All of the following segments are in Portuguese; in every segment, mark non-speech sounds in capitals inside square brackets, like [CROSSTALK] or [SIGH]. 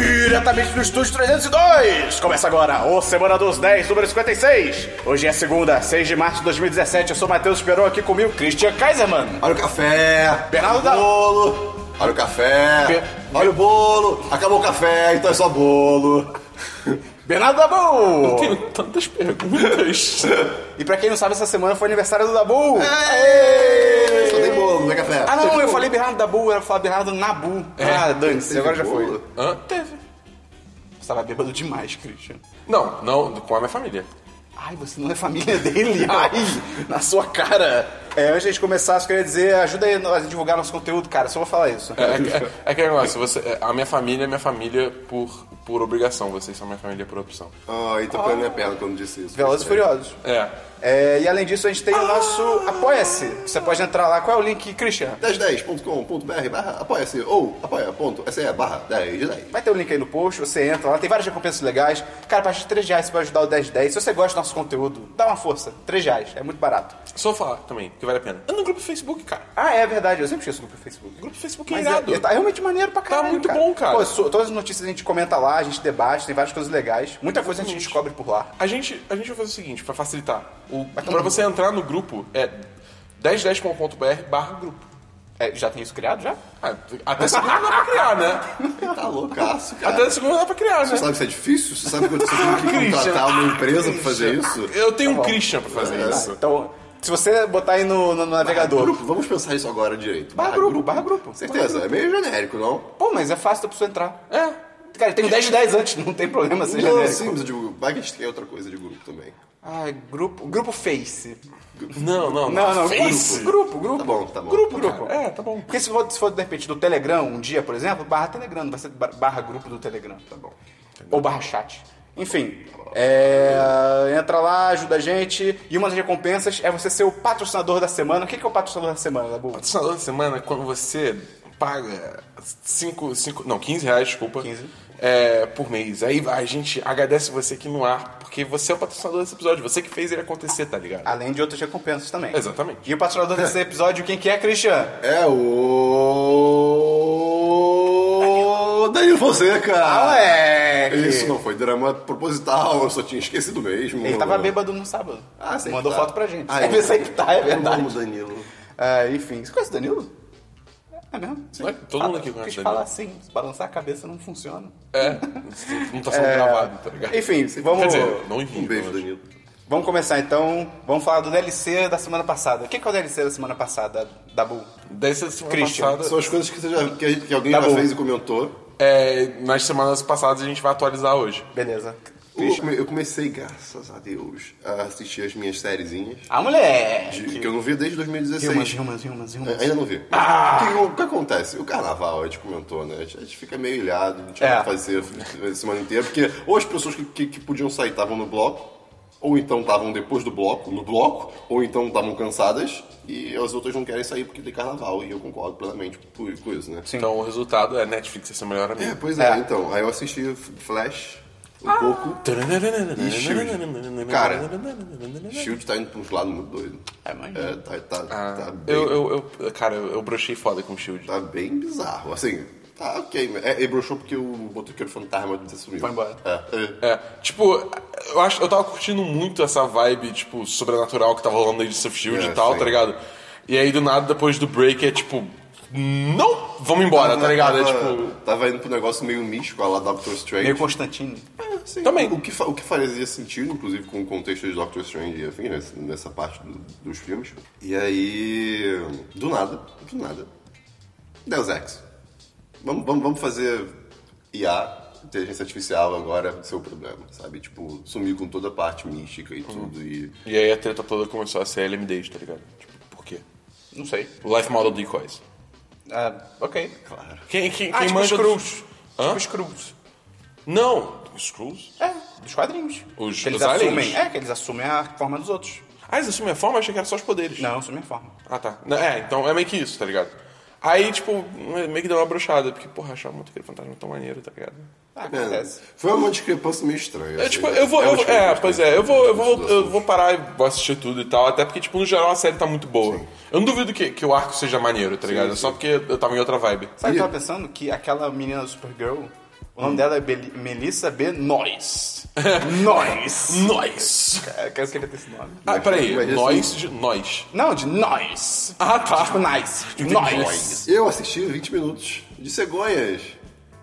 diretamente do Estúdio 302! Começa agora o Semana dos 10, número 56. Hoje é segunda, 6 de março de 2017. Eu sou Matheus Peron, aqui comigo, Christian Kaiserman. Olha o café, Bernardo olha da- o bolo, olha o café, Pe- olha o bolo, acabou o café, então é só bolo. Bernardo Dabu! Tenho tantas perguntas. [LAUGHS] Ah, E pra quem não sabe, essa semana foi aniversário do Dabu. Só tem bolo, não é café. Ah, não, eu falei Bernardo Dabu, eu ia falar Bernardo Nabu. É, Ah, dane-se, agora já foi. Bolo. Hã? Teve. Você tava bêbado demais, Christian. Não, não, com a minha família. Ai, você não é família dele? [LAUGHS] Ai, na sua cara. É, antes de a gente começar, eu só queria dizer, ajuda aí a divulgar nosso conteúdo, cara. Só vou falar isso. É, é, é que é negócio, você, é, a minha família é minha família por, por obrigação, vocês são minha família por opção. Ai, tô pegando minha perna quando disse isso. Velozes Ah. e Furiosos. É. É, e além disso, a gente tem o nosso Apoia-se. Você pode entrar lá. Qual é o link, Christian? 1010.com.br barra apoia-se ou apoia.se barra 10 10. Vai ter o link aí no post, você entra lá, tem várias recompensas legais. Cara, a partir de 3 reais você vai ajudar o 1010. Se você gosta do nosso conteúdo, dá uma força. 3 reais, é muito barato. Só falar também, que vale a pena. Anda no grupo do Facebook, cara. Ah, é verdade, eu sempre tinha esse grupo no Facebook. O grupo do Facebook é Mas irado. é, é, tá realmente maneiro pra caralho. muito bom, cara. Pô, so- todas as notícias a gente comenta lá, a gente debate, tem várias coisas legais. Muita coisa a gente descobre por lá. A gente, a gente vai fazer o seguinte, pra facilitar. O, Vai todo pra mundo. você entrar no grupo, é 1010.com.br barra grupo. É, já tem isso criado já? Ah, até segunda dá pra criar, né? Tá loucaço, cara. Até segunda dá pra criar, Você né? sabe se é difícil? Você sabe quando você [LAUGHS] tem que contratar uma empresa pra fazer isso? Tá Eu tenho um Christian pra fazer É. isso. Então, se você botar aí no, no navegador. Grupo, vamos pensar isso agora direito. Barra grupo, barra grupo. Certeza, é meio genérico, não? Pô, mas é fácil da pessoa entrar. É, Cara, tem 10 de 10 antes, não tem problema ser Assim, Não, genérico. sim, mas eu digo, vai que a gente tem outra coisa de grupo também. Ah, grupo. Grupo Face. Não, não, Não, não, Face? grupo. Grupo, grupo. Tá bom, tá bom. Grupo, grupo. É, tá bom. Porque se for, se for de repente do Telegram um dia, por exemplo, barra Telegram, não vai ser ba- barra grupo do Telegram. Tá bom. Ou barra chat. Enfim, é, entra lá, ajuda a gente. E uma das recompensas é você ser o patrocinador da semana. O que que é o patrocinador da semana, Dabu? Patrocinador da semana é quando você paga 5, cinco, não, 15 reais, desculpa. 15. É, por mês. Aí a gente agradece você aqui no ar, porque você é o patrocinador desse episódio, você que fez ele acontecer, tá ligado? Além de outras recompensas também. Exatamente. E o patrocinador [LAUGHS] desse episódio, quem que é, Christian? É o. Danilo Fonseca! Ah, é! Isso não foi drama proposital, eu só tinha esquecido mesmo. Ele tava bêbado no sábado. Ah, sempre Mandou tá. foto pra gente. Ah, [LAUGHS] é, é. sempre tá, é Eu verdade. amo o Danilo. Ah, enfim, você conhece o Danilo? É mesmo? Ué, todo mundo aqui Fala- tem conhece que o Danilo. falar assim, se balançar a cabeça não funciona. É, [LAUGHS] não tá sendo gravado, tá ligado? Enfim, vamos, Quer dizer, não envio. É. Um beijo, mas- Danilo. vamos começar então. Vamos falar do DLC da semana passada. O que, que é o DLC da semana passada, Dabu? Dessa semana Christian, passada, São as coisas que, você já- que, que alguém Tá já bom. fez e comentou. é, nas semanas passadas a gente vai atualizar hoje. Beleza. Eu, come- eu comecei, graças a Deus, a assistir as minhas sériezinhas. Ah, moleque! de- que eu não via desde 2016. Riumas, riumas, riumas, É, riumas. Ainda não vi. O, que, o que acontece? O carnaval, a gente comentou, né? A gente, a gente fica meio ilhado, não tinha É. o que fazer a semana inteira, porque ou as pessoas que, que- que podiam sair estavam no bloco, ou então estavam depois do bloco, no bloco, ou então estavam cansadas, e as outras não querem sair porque tem carnaval, e eu concordo plenamente com, com isso, né? Então o resultado é Netflix é seu melhor É, amigo. pois é, É. então. Aí eu assisti F- Flash um pouco. E Shield. É. Cara, Shield tá indo pra uns lados muito doido. É, mas- É, tá, tá- tá Ah, bem. eu, eu, eu, cara, eu eu brochei foda com o Shield. Tá bem bizarro, assim. Tá ok, mas é, ele broxou porque o motoqueiro fantasma desassumiu. Foi embora. É, é. É, tipo, eu acho, eu tava curtindo muito essa vibe, tipo, sobrenatural que tava rolando aí de Surf Shield É, e tal, sim. tá ligado? E aí do nada, depois do break, é tipo, não, vamos embora, tá ligado? É Tava, tipo, tava indo pro negócio meio místico, a lá Doctor Strange. Meio Constantino. Sim, também. O que, fa- o que fazia sentido, inclusive, com o contexto de Doctor Strange e afim, nessa, nessa parte do- dos filmes. E aí. Do nada, do nada. Deus Ex. Vamos, vamos, vamos fazer IA, inteligência artificial agora, seu problema, sabe? Tipo, sumir com toda a parte mística e tudo. E e aí a treta toda começou a ser LMDs, tá ligado? Tipo, por quê? Não sei. O Life Model Decoys. Ah, ok. claro. Quem, quem, Ah, quem tipo manja... Skrulls. Hã? Tipo Skrulls. Não, os Screws? É, dos quadrinhos. Os- que eles os aliens? assumem. É, que eles assumem a forma dos outros. Ah, eles assumiam a forma? Eu achei que era só os poderes. Não, assumem a forma. Ah, tá. Não, É, então é meio que isso, tá ligado? Aí, tipo, meio que deu uma brochada, porque, porra, achava muito aquele fantasma tão maneiro, tá ligado? Ah, É, acontece. foi uma discrepância meio estranha. É, assim, tipo, né? eu vou. uma eu- é, discrepância pois é, eu um vou, eu, vou, estranha. eu vou parar e vou assistir tudo e tal, até porque, tipo, no geral a série tá muito boa. Eu não duvido que, que o arco seja maneiro, tá ligado? É Só porque eu tava em outra vibe. Sabe, eu tava pensando que aquela menina do Supergirl, O Hum. nome dela é Beli- Melissa B. [LAUGHS] Nós. Nós. Nós! É, Cara, eu queria ter esse nome. Ah, peraí. Mas isso- Nós de nós. Não, de nós. Ah, tá. Tipo, nice. Entendi. Nós. assim. Eu assisti 20 minutos de cegonhas.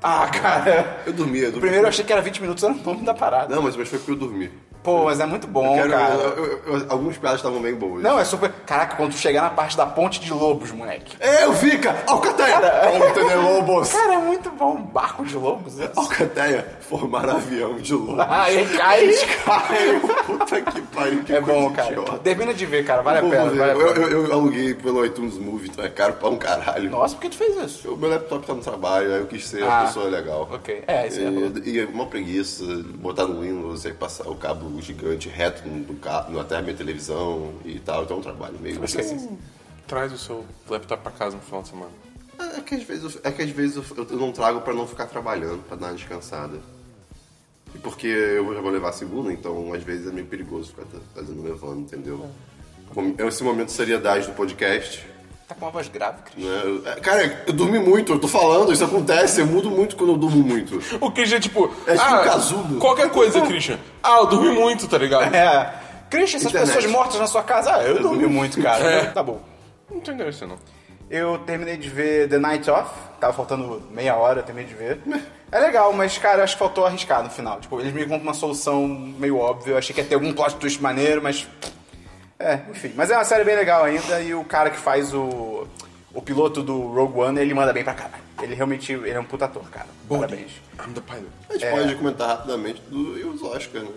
Ah, cara. Eu dormia. Eu dormia. Primeiro eu achei que era 20 minutos, era o nome da parada. Não, mas, mas foi porque eu dormi. Pô, mas é muito bom, Quero- cara. eu- eu- eu- algumas piadas estavam bem boas. Não, é super. Caraca, quando tu chegar na parte da ponte de lobos, moleque. É, Eu, Fica! [LAUGHS] Alcateia! Ponta de Lobos! Cara, é muito bom. Barco de lobos? [LAUGHS] é? Alcateia, formar avião de lobos. [LAUGHS] Ai, cai, cai. Puta que pariu, que É bom, coisa cara. idiota. Termina de ver, cara. Vale a Vou pena. ver. Vale a eu, pena. eu- eu aluguei pelo iTunes Movie, então é caro pra um caralho. Nossa, por que tu fez isso? O meu laptop tá no trabalho, aí eu quis ser Ah, uma pessoa legal. ok. É, isso e, é E é uma preguiça, botar no Windows e passar o cabo gigante reto no, no, ca- no- até a minha televisão e tal, então é um trabalho meio assim. Traz o seu laptop pra casa no final de semana. É que às vezes, eu, é que às vezes eu, eu não trago pra não ficar trabalhando, pra dar uma descansada. E porque eu já vou levar a segunda, então às vezes é meio perigoso ficar tra- trazendo levando, entendeu? Bom, Esse momento de seriedade do podcast. Tá com uma voz grave, Cris. né? Eu- é, Cara, eu dormi muito, eu tô falando, isso acontece, eu mudo muito quando eu durmo muito. O Christian é tipo. É tipo ah, um casulo. Qualquer coisa, Christian. Ah, eu dormi muito, tá ligado? É. Christian, essas Internet. pessoas mortas na sua casa? Ah, eu dormi muito, cara. Tá bom. Não entendeu isso, não. Eu terminei de ver The Night Off. Tava faltando meia hora, eu terminei de ver. É legal, mas, cara, acho que faltou arriscar no final. Tipo, eles me contam uma solução meio óbvia. Eu achei que ia ter algum plot twist maneiro, mas... É, enfim. Mas é uma série bem legal ainda. E o cara que faz o... O piloto do Rogue One, ele manda bem pra caralho. Ele realmente... Ele é um puta ator, cara. Parabéns. I'm the pilot. A gente pode comentar rapidamente do, e os Oscar, né?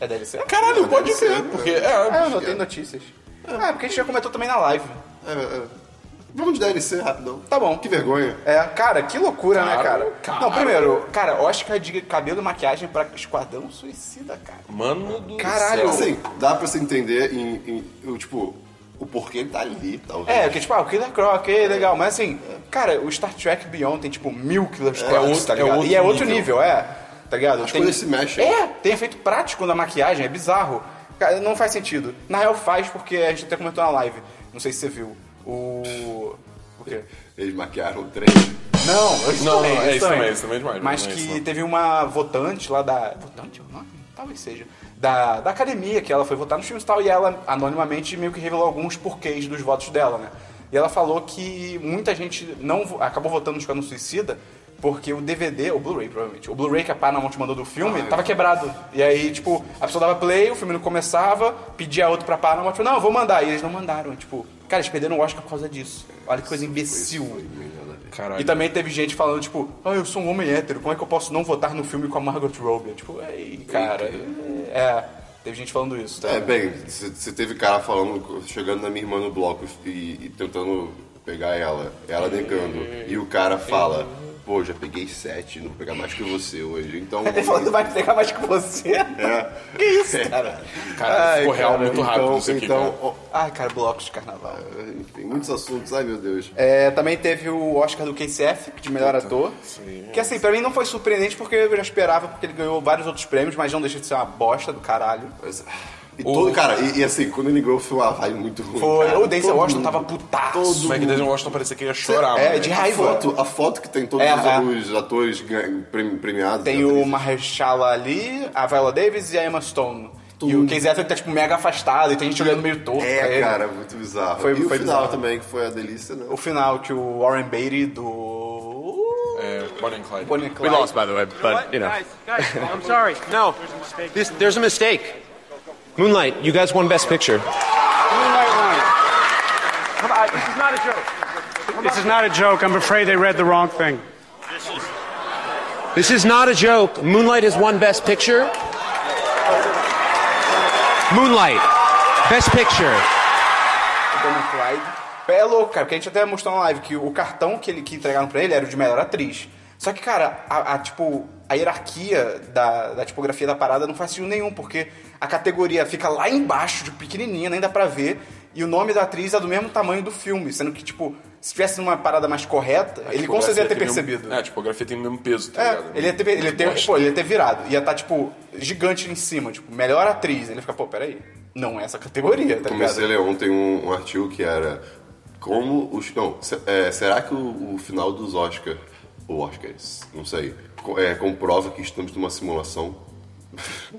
É DLC? Caralho, pode deve ser, ver, né? porque. É, Ah, eu notei notícias. Ah, porque a gente já comentou também na live. É, é. Vamos de DLC rapidão. Tá bom. Que vergonha. É, cara, que loucura, né, Claro, cara? claro. Não, primeiro, cara, Oscar é de cabelo e maquiagem pra Esquadrão Suicida, cara. é, Mano do Caralho. céu. Assim, dá pra se entender em, em- eu, tipo, o porquê ele tá ali, talvez. É, porque, tipo, ah, o Killer Croc, ok, legal, mas assim, cara, o Star Trek Beyond tem, tipo, mil Killer Crocs, outro- tá é ligado? outro e é outro nível, nível. é, tá ligado? As coisas se mexem. É, tem efeito prático na maquiagem, é bizarro. Cara, não faz sentido. Na real faz, porque a gente até comentou na live, não sei se você viu, o... O quê? Eles maquiaram três. Não, isso Não, também, não, é isso também, isso também é demais, Mas não é que isso, não. teve uma votante lá da. Votante é o nome? Talvez seja. Da, da academia, que ela foi votar nos filmes e tal, e ela anonimamente meio que revelou alguns porquês dos votos dela, né? E ela falou que muita gente não vo- acabou votando no Esquadrão Suicida porque o DVD, o Blu-ray provavelmente, o Blu-ray que a Paramount mandou do filme tava quebrado. E aí, tipo, a pessoa dava play, o filme não começava, pedia outro pra Paramount, falou, não, eu vou mandar. E eles não mandaram. E, tipo, cara, eles perderam o Oscar por causa disso. Olha que coisa imbecil. Caralho. E também teve gente falando, tipo, ah, eu sou um homem hétero, como é que eu posso não votar no filme com a Margot Robbie? Tipo, ei, cara. É, teve gente falando isso, tá? É, bem, você teve cara falando, chegando na minha irmã no bloco e, e tentando pegar ela, ela negando. E o cara fala, pô, já peguei sete, não vou pegar mais que você hoje, então... [LAUGHS] É. Ele falando, vai pegar mais que você. [LAUGHS] [LAUGHS] Que isso, cara? Caralho, ficou Ai, real cara, muito rápido então, isso aqui, né? então, cara. ó, Ai, cara, blocos de carnaval. Tem muitos assuntos, ai meu Deus. É, também teve o Oscar do KCF, de melhor ator. sim. Que assim, pra mim não foi surpreendente porque eu já esperava, porque ele ganhou vários outros prêmios, mas não deixa de ser uma bosta do caralho. Mas- E todo, cara, e, e assim, quando ele ligou foi uma vibe muito ruim. Foi, cara. o Denzel Todo Washington mundo- tava putaço. todo O Mac mundo- Denzel Washington parecia é que ia chorar, É, mano. de a raiva. Foto, a foto que tem todos É, os, é. os atores gan- premi- premiados. Tem né, o atrizes. Mahershala ali, a Viola Davis e a Emma Stone. E o Casey Affleck tá, tipo, mega afastado e tem gente olhando meio torto. pra É, ele. cara, muito bizarro. Foi- e o foi final bizarro. também, que foi a delícia, né? O final que o Warren Beatty uh, do... É, Bonnie and Clyde. Bonnie and We Clyde... lost, by the way, but you know. Guys, guys, [LAUGHS] I'm sorry. No, There's a mistake. this, there's a mistake. Moonlight, you guys won Best Picture. Moonlight Lion. Come on, this is not a joke. This is not a joke. I'm afraid they read the wrong thing. This is not a joke. Moonlight has won Best Picture. Moonlight, Best Picture. Bonnie and Clyde. É louco, cara, porque a gente até mostrou na live que o cartão que, ele, que entregaram pra ele era o de melhor atriz. Só que, cara, a, a, tipo, a hierarquia da, da tipografia da parada não faz sentido nenhum, porque a categoria fica lá embaixo, de pequenininha, nem dá pra ver, e o nome da atriz é do mesmo tamanho do filme, sendo que, tipo, se tivesse uma parada mais correta, A ele tipografia com certeza ia ter tem mesmo- percebido. É, a tipografia tem o mesmo peso, tá É, ligado? ele ia ter, ele ia ter, Bosta. pô, ele ia ter virado. Ia estar, tipo, gigante em cima, tipo, melhor atriz. Ele fica, pô, peraí, não é essa categoria, tá Comecei a ligado? ler ontem um, um artigo que era como os. Não, se- é, será que o, o final dos Oscar Ou acho que é isso. Não sei. Co- é, comprova que estamos numa simulação.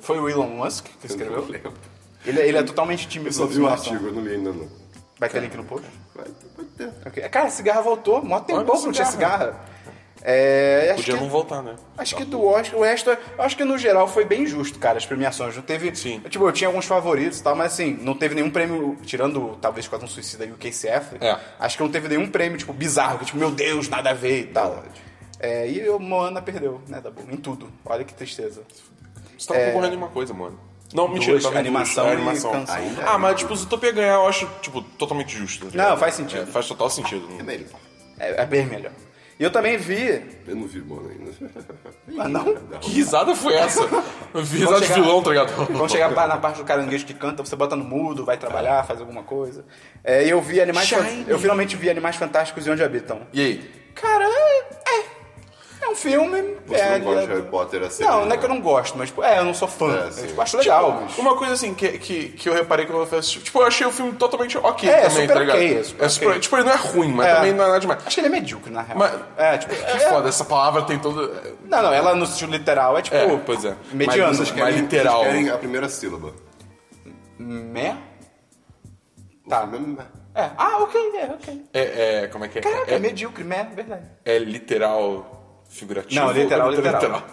Foi o Elon Musk que Eu escreveu? não lembro. Ele, ele é totalmente tímido. Eu só na um vi o simulação. artigo, eu não li ainda não. Vai ter link no post? Vai, vai ter. Ok. É, Cara, a cigarra voltou. Mó tempão Olha a que não tinha cigarra. cigarra. É, acho Podia que- não voltar, né? Acho que do Oscar, o resto, eu acho que no geral foi bem justo, cara, as premiações. Não teve. Sim. Tipo, eu tinha alguns favoritos e tal, mas assim, não teve nenhum prêmio, tirando talvez quase um suicida e o KCF. É. Acho que não teve nenhum prêmio, tipo, bizarro, que, tipo, meu Deus, nada a ver e tal. É, e o Moana perdeu, né, tá bom? Em tudo. Olha que tristeza. Você tava concorrendo em uma coisa, mano. Não, mentira, É. tá Duas, tava em animação duas, e canção. Ainda ah, é. mas tipo, Zootopia ganhar, eu acho, tipo, totalmente justo. tá ligado? Não, faz sentido. É, faz total sentido. É melhor. É, é bem melhor. E eu também vi. Eu não vi, né, mano, ainda. Ah, não? Que risada [LAUGHS] foi essa? risada de chegar- vilão, tá ligado? Quando chegar pa- na parte do caranguejo que canta, você bota no mudo, vai trabalhar, faz alguma coisa. É, e eu vi animais. Fan- Shine. Eu finalmente vi Animais Fantásticos [LAUGHS] e Onde Habitam. E aí? Cara, é. É um filme. Você é, não gosta é- de Harry Potter assim? Não, não é que eu não gosto, mas tipo, é, eu não sou fã. É, eu sim. tipo, acho legal, mas. Uma coisa assim que, que, que eu reparei quando eu fui assistir. Tipo, eu achei o filme totalmente ok É, também, super tá ligado? ok, é super ok. Tipo, ele não é ruim, mas É. também não é nada demais. Acho que ele é medíocre, na real. Mas- É, tipo, Que é- foda, essa palavra tem todo. Não, não, ela no sentido literal é tipo. É, pois é. Mediano. Mas vocês né? querem- Vocês literal. querem a primeira sílaba. Mé? Tá. Não É. Ah, ok, é, ok. É, é, como é que é? Caraca, é, é, medíocre, mé, verdade. é literal figurativo? Não, literal, É literal.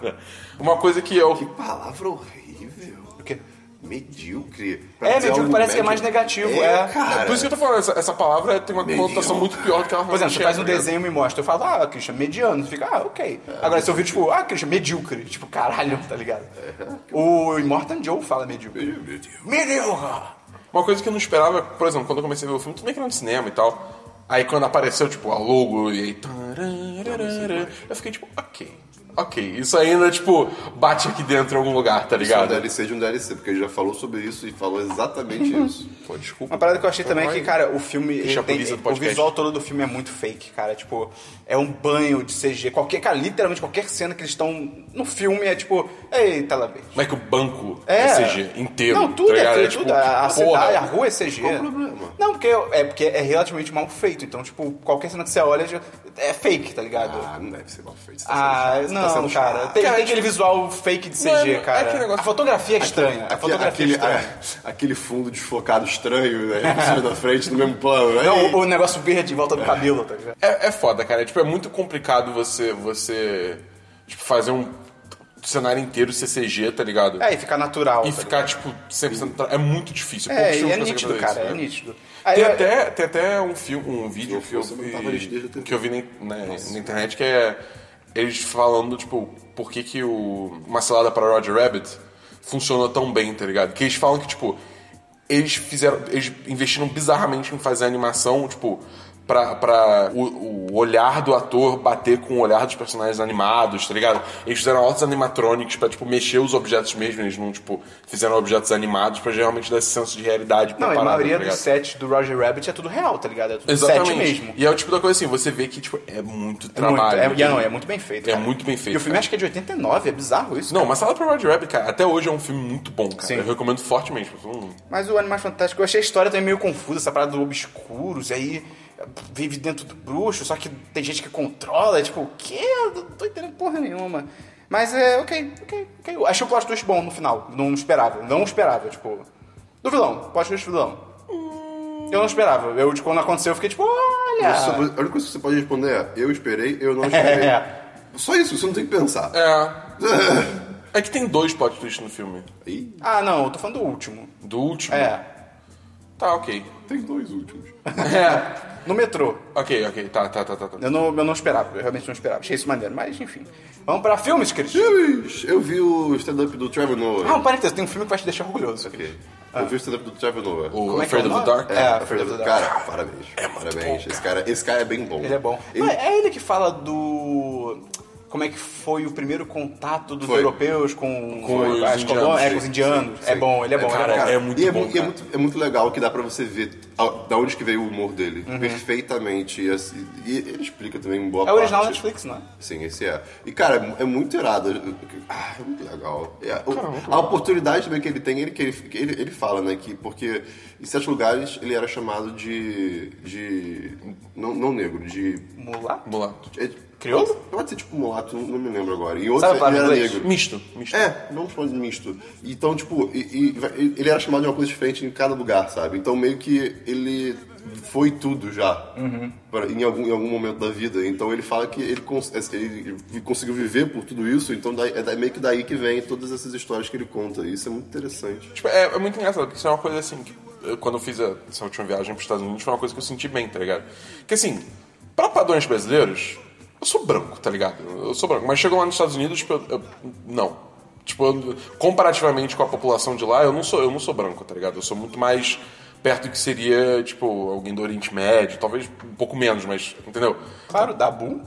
Uma coisa que eu. Que palavra horrível. O quê? Medíocre. É, dizer medíocre algo parece que é médio. mais negativo, é. Cara, Por isso que eu tô falando, essa, essa palavra tem uma Meu conotação Deus. muito pior do que ela Por exemplo, você faz um tá ligado? desenho e me mostra. Eu falo, ah, Christian, mediano. Você fica, ah, ok. É. Agora, se eu vi, tipo, ah, Christian, medíocre. Tipo, caralho, tá ligado? É. O Immortan Joe fala medíocre. Meu Deus. Medíocre! Uma coisa que eu não esperava, por exemplo, quando eu comecei a ver o filme, tudo bem que era no cinema e tal. Aí quando apareceu, tipo, a logo e aí. tarararara, Eu fiquei tipo, ok. Ok, isso ainda, tipo, bate aqui dentro em algum lugar, tá Isso é um ligado? DLC de um DLC, porque ele já falou sobre isso e falou exatamente Uhum. isso. Pô, desculpa. Uma parada que eu achei Então também é vai. que, cara, o filme. Deixa ele a tem- polícia do o podcast. visual todo do filme é muito fake, cara. Tipo, é um banho de CG. Qualquer, cara, literalmente qualquer cena que eles estão no filme é tipo. Eita, lá vem. Como é que o banco é, CG inteiro? Não, tudo tá ligado? é, É, tudo. tipo, a a porra. cidade, a rua é CG. Qual o problema? Não, porque é, porque é relativamente mal feito. Então, tipo, qualquer cena que você olha já- é fake, tá ligado? Ah, não deve ser mal feito. você tá Ah, sendo chato, você tá não, sendo cara. chato. Tem, Cara, tem aquele visual fake de não, CG, é cara. aquele negócio- A fotografia é estranha. A Aque- fotografia é Ah, aquele, estranha. a- aquele fundo desfocado estranho, né? Em cima da frente, no mesmo plano. né? Não, o, o negócio verde em volta do cabelo, tá ligado? É, é foda, cara. É, Tipo, é muito complicado você, você tipo, fazer um cenário inteiro CCG, tá ligado? É, e ficar natural. e tá ficar, tipo, 100% tra... É muito difícil. ligado? É, Poucos e é filmes conseguem nítido, fazer cara, isso, é né? nítido. Aí, é, Tem eu- até, tem até um filme, um vídeo que eu fosse, eu não tava vi, nesse dia, já teve. que eu vi na, na- na internet que é eles falando, tipo, por que que o Uma Selada para Roger Rabbit funcionou tão bem, tá ligado? Que eles falam que, tipo, eles fizeram, eles investiram bizarramente em fazer animação, tipo, pra, pra o, o olhar do ator bater com o olhar dos personagens animados, tá ligado? Eles fizeram altos animatronics pra, tipo, mexer os objetos mesmo, eles não, tipo, fizeram objetos animados pra geralmente dar esse senso de realidade pra Não, e a parada, maioria tá dos ligado? sets do Roger Rabbit é tudo real, tá ligado? É tudo set Exatamente. mesmo. E é o tipo da coisa assim, você vê que tipo, é muito É muito, trabalho. é- muito- e é, não, é muito bem feito. É cara. muito bem feito, E o filme cara. acho que é de 89, é bizarro isso. Não, cara. mas Salada pra Roger Rabbit, cara, até hoje é um filme muito bom, cara. Sim. Eu recomendo fortemente hum. pra todo mundo. Mas o Animais Fantásticos, eu achei a história também meio confusa, essa parada do obscuros, e aí eh, vive dentro do bruxo, só que tem gente que controla, é tipo, o quê? Eu não tô entendendo porra nenhuma. Mas é, ok, ok, ok. Eu achei o plot twist bom no final, não esperava, não esperava, tipo... Do vilão, plot twist do vilão. Eu não esperava, eu, de quando aconteceu, eu fiquei tipo, olha... Você só- a única coisa que você pode responder é: eu esperei, [LAUGHS] eu não esperei. É. Só isso, você não tem que pensar. É. [LAUGHS] É que tem dois plot twists no filme. Ih, Ah, não, eu tô falando do último. Do último. É, Tá, ok. tem dois últimos. É. no metrô. Ok, ok. Tá, tá, tá, tá. tá. Eu não, eu não esperava, eu realmente não esperava. Achei isso maneiro, mas enfim. Vamos pra filmes, Cris? Filmes! Eu vi o stand-up do Trevor Noah. Ah, um parênteses, tem um filme que vai te deixar orgulhoso. Eu vi o stand-up do Trevor Noah. O Como é que é o Afraid of the nome? É, Dark. Cara, parabéns. parabéns. esse, cara, esse cara é bem bom. Ele é bom. Ele- Não, é ele que fala do. Como é que foi o primeiro contato dos Foi. europeus com, Com os as indianos. colônias? É, com os indianos. É bom, ele é bom. Cara, ele é bom. é muito e é, bom, mu- e é cara. muito, é muito legal que dá pra você ver a- da onde que veio o humor dele. Perfeitamente. E, assim, e ele explica também em boa Uhum. É o original da parte. Netflix, né? Sim, esse é. E, cara, é mu- é muito irado. Ah, é muito legal. É, o- a oportunidade também que ele tem, ele, que ele, que ele, ele fala, né? Que, porque em certos lugares ele era chamado de. de não, não negro, de. Mulato? Vamos lá. é- Crioulo? Pode ser tipo mulato, não me lembro agora. E Sabe a outro ele palavra era em inglês? negro. Misto, misto. É, vamos falar de misto. Então, tipo, e- e- ele era chamado de uma coisa diferente em cada lugar, sabe? Então, meio que ele foi tudo já pra- em, algum, em algum momento da vida. Então, ele fala que ele, cons- é, ele conseguiu viver por tudo isso. Então, daí- é da- meio que daí que vem todas essas histórias que ele conta. Isso é muito interessante. Tipo, é, é muito engraçado, porque isso é uma coisa assim. Que eu, quando eu fiz a- essa última viagem pros Estados Unidos, foi uma coisa que eu senti bem, tá ligado? Que assim, pra padrões brasileiros, eu sou branco, tá ligado? Eu sou branco. Mas chegou lá nos Estados Unidos, tipo, eu, eu- não. Tipo, eu- comparativamente com a população de lá, eu não sou, eu não sou branco, tá ligado? Eu sou muito mais perto do que seria, tipo, alguém do Oriente Médio, talvez um pouco menos, mas, entendeu? Claro, [LAUGHS] Dabu.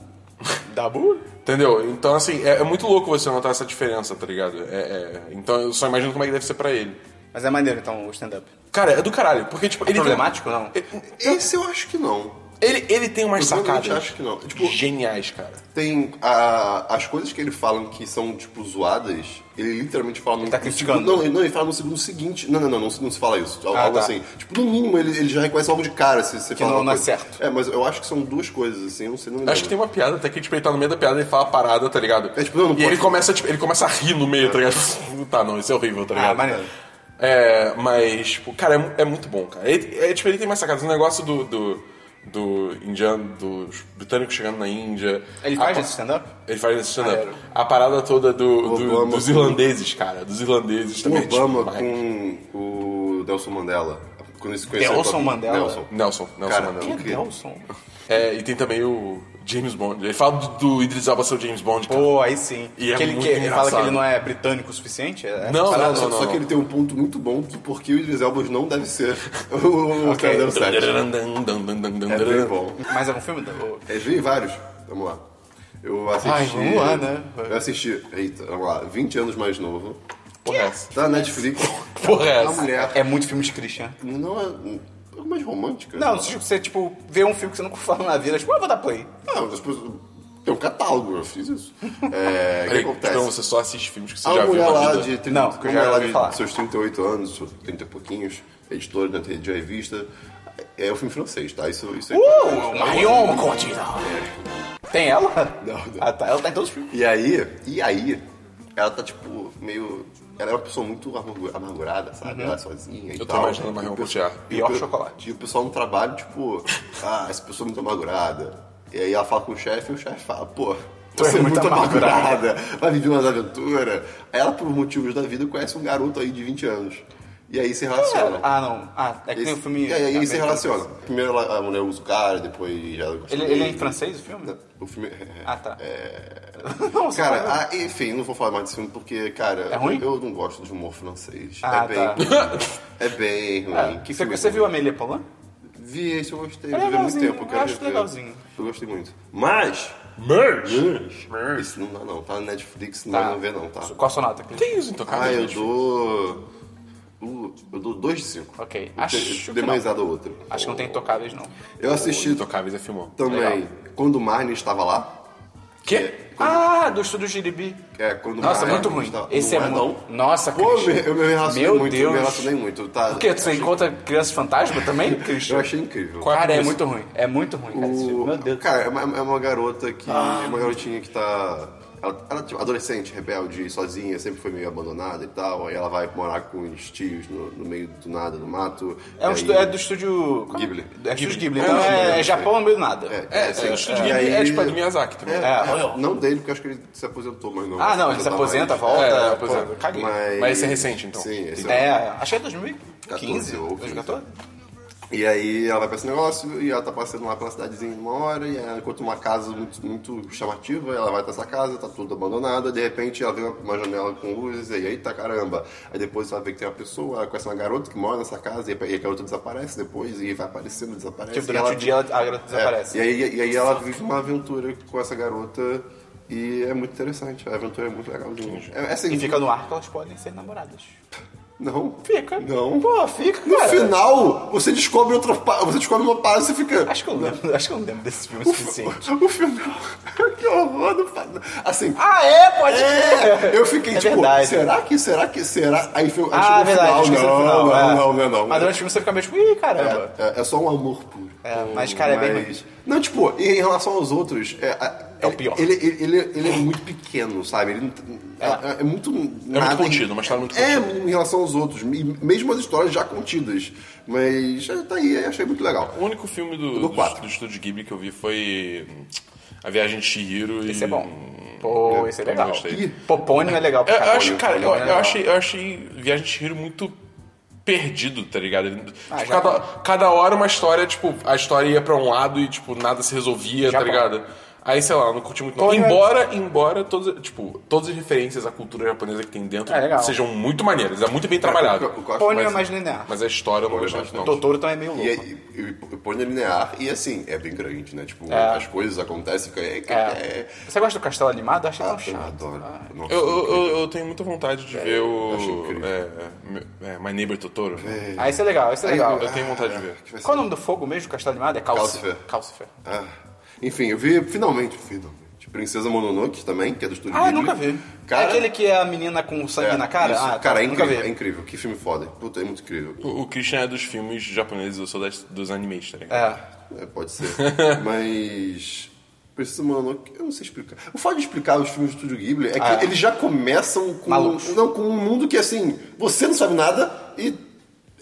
Dabu? Entendeu? Então, assim, é, é muito louco você notar essa diferença, tá ligado? É- é- então, eu só imagino como é que deve ser pra ele. Mas é maneiro, então, o stand-up. Cara, é do caralho, porque, tipo, ele tem- problemático, não? Esse eu acho que não. Ele, ele tem umas Eu realmente sacadas acho que não. Tipo, geniais, cara. tem a- as coisas que ele fala que são, tipo, zoadas, ele literalmente fala no, tá no criticando. segundo- Não, ele- não, ele fala no segundo seguinte. Não, não, não, não, se- não se fala isso. Al- Ah, algo tá. assim. Tipo, no mínimo, ele, ele já reconhece algo de cara se você fala não- alguma não é coisa. certo. É, mas eu acho que são duas coisas, assim, eu não sei, não me lembro. Acho que tem uma piada, até que tipo, ele tá no meio da piada e fala a parada, tá ligado? É, tipo, não, não e pode. ele começa, tipo, ele começa a rir no meio, tá ligado? [LAUGHS] tá, não, isso é horrível, tá ligado? Ah, maneiro. É, mas, tipo, cara, é, mu- é muito bom, cara. Ele, é, tipo, ele tem mais sacadas. O negócio do, do, do indiano, dos britânicos chegando na Índia. Ele A faz pa- esse stand-up? Ele faz esse stand-up. Maneiro. A parada toda do, do- Ah, é. Obama dos com- irlandeses, cara. Dos irlandeses O também. tipo, Obama vai. com o Nelson Mandela. Quando eles se conheceram. um Nelson com a- Mandela? Nelson. Nelson, Nelson Cara, Mandela. que- Quem é [LAUGHS] Nelson? É, e tem também o James Bond. Ele fala do, do Idris Elba ser o James Bond, cara. Pô, aí sim. E é que ele, muito que- ele fala que engraçado. ele não é britânico o suficiente? É- Não, Parada, não, só, não, não. só que ele tem um ponto muito bom do porquê o Idris Elba não deve ser [LAUGHS] o Ok. cara do [LAUGHS] set. né? É bem Ele bom. Mas é um filme? do- É, vi vários. Vamos lá. Eu assisti. Ai, vamos lá, né? Eu assisti. Eita, vamos lá. 20 anos mais novo. Porra, é essa? [LAUGHS] Da Netflix. Porra, é Uma essa? mulher. É muito filme de Christian. Não é. É mais romântica. Não, não sei, tipo, você, tipo, vê um filme que você nunca fala na vida, tipo, ah, vou dar play. Não, depois. Tem um catálogo, eu [LAUGHS] fiz isso. É. O que Peraí, acontece? então você só assiste filmes que você Há já uma viu mulher na lá vida. de, 30, Não, que eu já uma mulher ouvi falar. de seus 38 anos, seus 30 e pouquinhos, é editora da- de revista. É um filme francês, tá? Isso, isso é Uh, Marion Cotillard. Tem ela? Não, não. Ah, tá. Ela tá em todos os filmes. E aí, e aí, ela tá tipo meio. Ela é uma pessoa muito amargu- amargurada, Uhum. sabe? Ela é sozinha e Eu tô tal. imaginando a Marion E o pe- Cotillard. e o Pior pe- chocolate. E o pessoal no trabalho, tipo, ah, essa pessoa é muito amargurada. E aí ela fala com o chefe e o chefe fala, pô. Tu é Você é muito muito amargurada, vai viver umas aventuras. Ela, por motivos da vida, conhece um garoto aí de 20 anos. E aí se relaciona. Ah, não. Ah, é que tem o filme... E aí, e aí se americano. relaciona. Primeiro ela- a mulher usa o cara, depois ela gosta Ele, ele é em dele. francês, o filme? O filme. é- Ah, tá. [LAUGHS] não, É. cara, ah, enfim, não vou falar mais desse filme porque, cara, É ruim? eu não gosto de humor francês. Ah, é bem [LAUGHS] tá. ruim. É bem ruim. Que que você, filme é você ruim? viu Amélie Poulain? Vi esse, eu gostei. É Eu vi há muito legalzinho, tempo, eu cara. acho legalzinho. Eu gostei muito. Mas. Merge! Isso não dá, não. Tá no Netflix, não Tá. vai não ver, não, tá? Qual a sua nota, Cris? Tem isso então, cara. Ah, eu dou. uh, Eu dou 2 de 5. Ok, acho que Dei não. mais nada outra. Acho que não tem tocáveis, não. Eu assisti Intocáveis é filmão. também Legal. quando o Marnie estava lá. Que? Ah, do Estúdio Jiribi. É, quando o Nossa, Marnie muito ruim. estava- Esse não é muito... não. Nossa, Pô, eu Cris. me, eu me relacionei Meu muito, eu Deus. me relacionei muito. Tá, Por quê? Você encontra crianças fantasma também, Cris? Eu achei incrível. Qual Cara, é Isso. muito ruim. É muito ruim, cara, esse filme. O- Cara, é uma, é uma garota que. É uma garotinha que tá. Ela, ela é tipo, adolescente, rebelde, sozinha, sempre foi meio abandonada e tal. Aí ela vai morar com os tios no, no meio do nada, no mato. É, um e estu- aí- é do estúdio. qual é? Ghibli. É estúdio Ghibli. É, Então Ghibli, é, é, é Japão no meio do nada. É, é, sim. o estúdio de E Ghibli é aí- tipo a do Miyazaki também. É, É. Não dele, porque eu acho que ele se aposentou, mas não. Ah, não, ele se aposenta, volta. É, pô, aposenta. caguei. Mas- Mas esse é recente, então. Sim, esse é É, acho que é 2015 14 ou 15. 2014. E aí ela vai pra esse negócio e ela tá passando lá pela cidadezinha uma hora e ela encontra uma casa muito, muito chamativa, ela vai pra essa casa, tá tudo abandonada, de repente ela vê uma- uma janela com luzes e aí tá caramba. Aí depois ela vê que tem uma pessoa, ela conhece uma garota que mora nessa casa e a- e a garota desaparece depois e vai aparecendo, desaparece. Tipo, e ela durante o dia ela- a garota é, desaparece. E aí, e aí ela vive uma aventura com essa garota e é muito interessante, a aventura é muito legalzinha. É, é assim, E fica no ar que elas podem ser namoradas. Não. Fica. Não. Pô, fica. No cara. final, você descobre outra pa- você descobre uma parte e você fica... Acho que eu lembro, acho que eu lembro desse filme o suficiente. O final. [LAUGHS] que horror do fa- Assim. Ah, é? Pode É, eu fiquei É tipo, verdade. será que, será que, será? Aí foi, aí Ah, chegou verdade. o esqueci do final, final, não, é. não, não, não, né? não. Mas durante o filme você fica meio tipo, ih, caramba. É, é, é só um amor puro. É, mas, cara, é bem ruim. Não, tipo, e em relação aos outros, é, a- É o pior. Ele, ele, ele, ele é muito pequeno, sabe? Ele não- é, é muito. É muito contido, uma história muito É, em relação aos outros. e Mesmo as histórias já contidas. Mas é, tá aí, eu achei muito legal. O único filme do, dou do, quatro. do estúdio Ghibli que eu vi foi A Viagem de Chihiro. e- Esse é bom. Pô, esse é eu legal. gostei. Ih, Popônio é legal Eu, pra eu caralho. acho, cara, eu, Popônio é eu legal. achei, eu achei Viagem de Chihiro muito perdido, tá ligado? Ele- tipo, Ah, já cada, cada hora uma história, tipo, a história ia pra um lado e, tipo, nada se resolvia, Japão. tá ligado? Aí, sei lá, eu não curti muito. Não. Porra. Embora, embora, todas, tipo, todas as referências à cultura japonesa que tem dentro É, legal. sejam muito maneiras, é muito bem trabalhado. O que eu acho Popônio é mais mais- linear. Mas a história eu não gostei bastante. muito, não. Totoro também é meio E, louco. aí, e, e põe linear e assim, é bem grande, né? Tipo, É. as coisas acontecem. É, é, é, Você gosta do castelo animado? Eu achei tão eu Tá chato. Ah, adoro. Nossa, Eu, eu, eu- eu tenho muita vontade É, de ver acho o. incrível. É, é, My Neighbor Totoro. Ah, esse é legal, esse é legal. Eu tenho vontade de ver. que vai ser- Qual o nome do fogo mesmo, castelo animado? É Calcifer. Calcifer. Calcifer. Ah, enfim, eu vi finalmente, finalmente. Princesa Mononoke também, que é do estúdio Ah, eu Ghibli. nunca vi. Cara, é aquele que é a menina com sangue é, na cara? isso. Ah, tá, cara, é nunca incrível, é vi. incrível. Que filme foda. Puta, é muito incrível. O, o Christian é dos filmes japoneses, eu sou das- dos animes, tá ligado? É. É, pode ser. Mas. Precisa, mano, eu não sei explicar. O fato de explicar os filmes do Estúdio Ghibli é que Ah, é. eles já começam com, Malucos. não, com um mundo que, assim, você não sabe nada e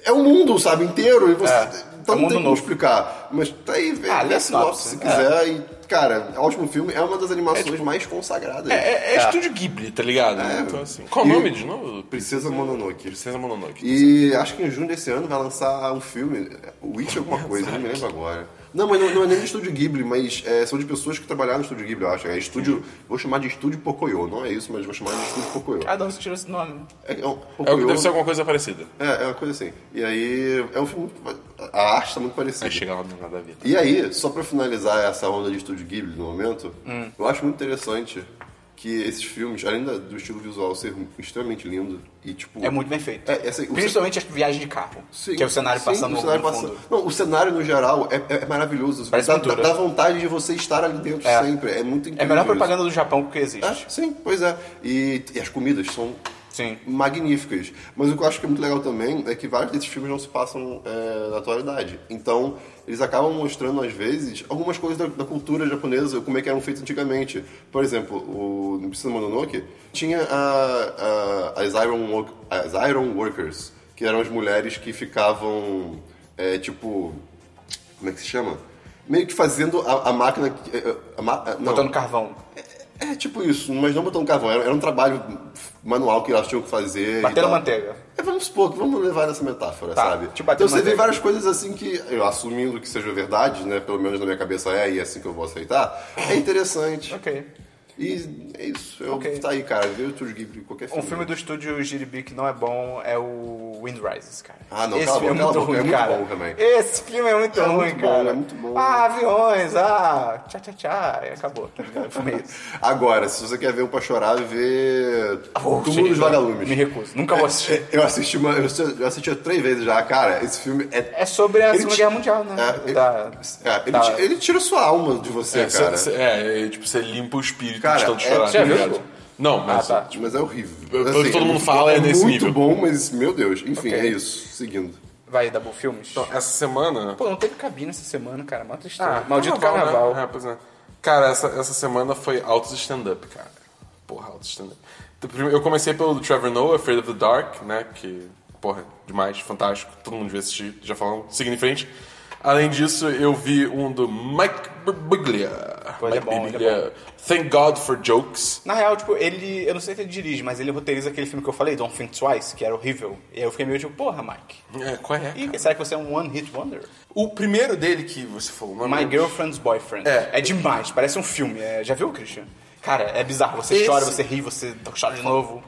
é um mundo, sabe, inteiro. E você, É. Então É um não mundo tem como novo. explicar. Mas tá aí, velho. Ah, Ah, lê lê a a sinopse se sinopse, quiser. E, cara, é um ótimo filme. É uma das animações mais consagradas. É, é, é estúdio Ghibli, tá ligado? Então, assim. Qual o E- nome de novo? Princesa Mononoke. Princesa Mononoke. E acho que em junho desse ano vai lançar um filme, é, Witch alguma coisa, não me lembro agora. Não, mas não, não é nem do estúdio Ghibli, mas é, são de pessoas que trabalharam no estúdio Ghibli, eu acho. É estúdio, vou chamar de estúdio Pocoyo, não é isso, mas vou chamar de estúdio Pocoyo. Ah, de onde você tirou esse nome? É, é, um, É, o que Pocoyo, deve ser alguma coisa parecida. é, é uma coisa assim. E aí, é um filme, a arte tá muito parecida. Aí chega lá no nada da vida. E aí, só pra finalizar essa onda de estúdio Ghibli no momento, eu acho muito interessante que esses filmes, além da- do estilo visual ser extremamente lindo e tipo... É muito bem feito. É, é assim, o- Principalmente as viagens de carro. Sim, que é o cenário sim, passando o no cenário no fundo. passando. Não, o cenário no geral é, é- é maravilhoso. Parece dá, dá, pintura. dá vontade de você estar ali dentro É. sempre. É muito incrível. É a melhor isso. propaganda do Japão que existe. É, sim, pois é. E, e as comidas são Sim. magníficas. Mas o que eu acho que é muito legal também é que vários desses filmes não se passam é, na atualidade. Então, eles acabam mostrando, às vezes, algumas coisas da, da cultura japonesa, como é que eram feitos antigamente. Por exemplo, o no Precisa Mononoke tinha a- a- as, iron work- as Iron Workers, que eram as mulheres que ficavam, é, tipo... Como é que se chama? Meio que fazendo a, a máquina... que- é, é, A, ma- é, não. Botando carvão. É tipo isso, mas não botando carvão. Era, era um trabalho manual que elas tinham que fazer. e Batendo tal. manteiga. É, vamos supor, que vamos levar nessa metáfora, Tá, sabe? tipo, batendo então você vê manteiga. várias coisas assim que, eu assumindo que seja verdade, né? Pelo menos na minha cabeça é, e é assim que eu vou aceitar. É interessante. Ok. E é isso. Eu, Ok. Tá aí, cara. Vê o Tour Ghibli, qualquer Um filme. filme do estúdio Jiribi que não é bom é o Wind Rises, cara. Ah, não, Esse cala a filme boca, é cala muito a boca, é ruim, muito cara. bom também. Esse filme é muito É ruim, muito bom, cara. é muito bom. Ah, aviões, ah, tchá, tchá, tchá. E acabou, tá ligado? Foi [LAUGHS] isso. [LAUGHS] Agora, se você quer ver um pra chorar, vê. Oh, Túmulo chega, dos Vagalumes. Me recuso, nunca vou [LAUGHS] assistir. Eu assisti, uma, eu assisti, eu assisti três vezes já, cara. Esse filme é. É sobre a Ele Segunda te- Guerra Mundial, né? É, ele, Da- é, ele da- ti- ele tira sua alma de você, Tá, É, cara. cê- cê- é, é, tipo, você limpa o espírito Cara, de tanto é- chorar. você já tá viu? ligado? Não, mas. tipo, Ah, tá. Mas é horrível. Eu- todo é mundo muito- fala, é nesse muito nível. bom, mas, meu Deus. Enfim, Ok. é isso. Seguindo. Vai, Dabu Filmes. Então, é- essa semana. Pô, não teve cabine essa semana, cara. Mó tristeza. Ah, Maldito carnaval. né? É, pois é. Cara, essa, essa semana foi altos stand-up, cara. Porra, altos stand-up. Então, primeiro, Eu comecei pelo Trevor Noah, Afraid of the Dark, né? Que, porra, demais, fantástico. Todo mundo devia assistir, já falando. Seguindo em frente. Além disso, eu vi um do Mike Birbiglia. Pô, ele é Mike bom, ele é Thank God for Jokes. Na real, tipo, ele. Eu não sei se ele dirige, mas ele roteiriza aquele filme que eu falei, Don't Think Twice, que era horrível. E aí eu fiquei meio tipo, porra, Mike. É, qual é? E cara? será que você é um One Hit Wonder? O primeiro dele que você falou, o nome My é- Girlfriend's Boyfriend. É. É demais, parece um filme. É, já viu, Christian? Cara, é bizarro. Você Esse- chora, você ri, você chora de novo.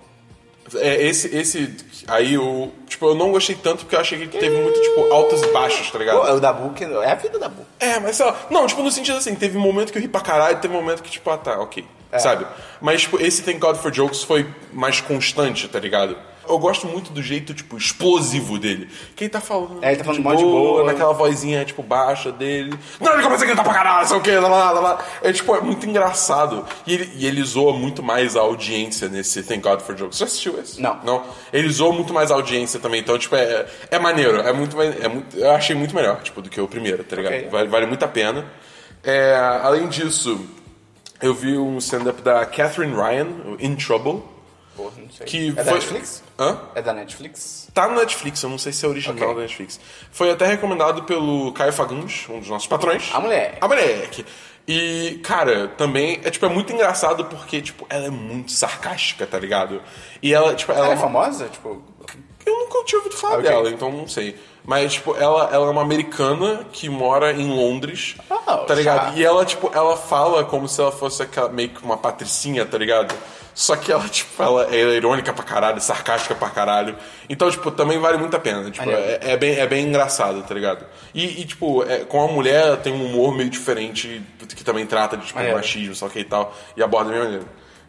É, esse, esse. Aí eu. Tipo, eu não gostei tanto porque eu achei que ele teve muito, tipo, altos e baixos, tá ligado? Pô, é o Dabu que. É a vida da Dabu. É, mas sei lá. Não, tipo, no sentido assim, teve momento que eu ri pra caralho, teve momento que, tipo, ah tá, ok. É. Sabe? Mas, tipo, esse Thank God for Jokes foi mais constante, tá ligado? Eu gosto muito do jeito, tipo, explosivo dele. Que ele tá falando. É, ele tá falando mó de boa. Naquela vozinha, tipo, baixa dele. Não, ele começa a gritar pra caralho, sei o quê, lá, lá, lá, lá. É, tipo, é muito engraçado. E ele, e ele zoa muito mais a audiência nesse Thank God for Jokes. Você assistiu esse? Não. Não? Ele zoou muito mais a audiência também. Então, tipo, é, é maneiro. É muito, mais- é muito- eu achei muito melhor, tipo, do que o primeiro, tá ligado? Ok. Vale, vale muito a pena. É, além disso, Eu vi um stand-up da Catherine Ryan, o In Trouble. Porra, não sei. Que é da foi- Netflix? Hã? É da Netflix? Tá no Netflix, eu não sei se é original Ok. da Netflix. Foi até recomendado pelo Caio Fagundes, um dos nossos patrões. A moleque. A moleque. E, cara, também é, tipo, é muito engraçado porque, tipo, ela é muito sarcástica, tá ligado? E ela, tipo, ela, Ela é famosa? Tipo, Eu nunca tinha ouvido falar Ok. dela, então não sei. Mas, tipo, ela, ela é uma americana que mora em Londres, Ah, tá ligado? já. E ela, tipo, ela fala como se ela fosse aquela, meio que uma patricinha, tá ligado? Só que ela, tipo, ela é irônica pra caralho, sarcástica pra caralho. Então, tipo, também vale muito a pena. Tipo, é, é bem, é bem engraçado, tá ligado? E, e, tipo, é, com a mulher ela tem um humor meio diferente, que também trata de, tipo, Maneiro. machismo, só que e tal. E aborda bem maneiro.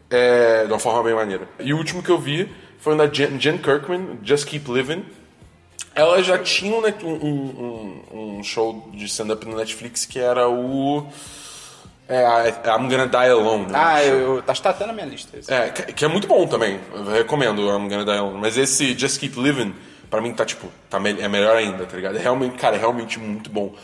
É, de uma forma bem maneira. E o último que eu vi foi o da Jen, Jen Kirkman, Just Keep Living. Ela já tinha um, net- um- um- um- um show de stand-up no Netflix que era o. É, a- I'm Gonna Die Alone. né? ah, eu, eu, tá, tá até na minha lista. esse. É, que que é muito bom também. Eu recomendo o I'm Gonna Die Alone. Mas esse Just Keep Living, pra mim, tá tipo. Tá me- é melhor ainda, tá ligado? É realmente, cara, é realmente [LAUGHS] muito bom.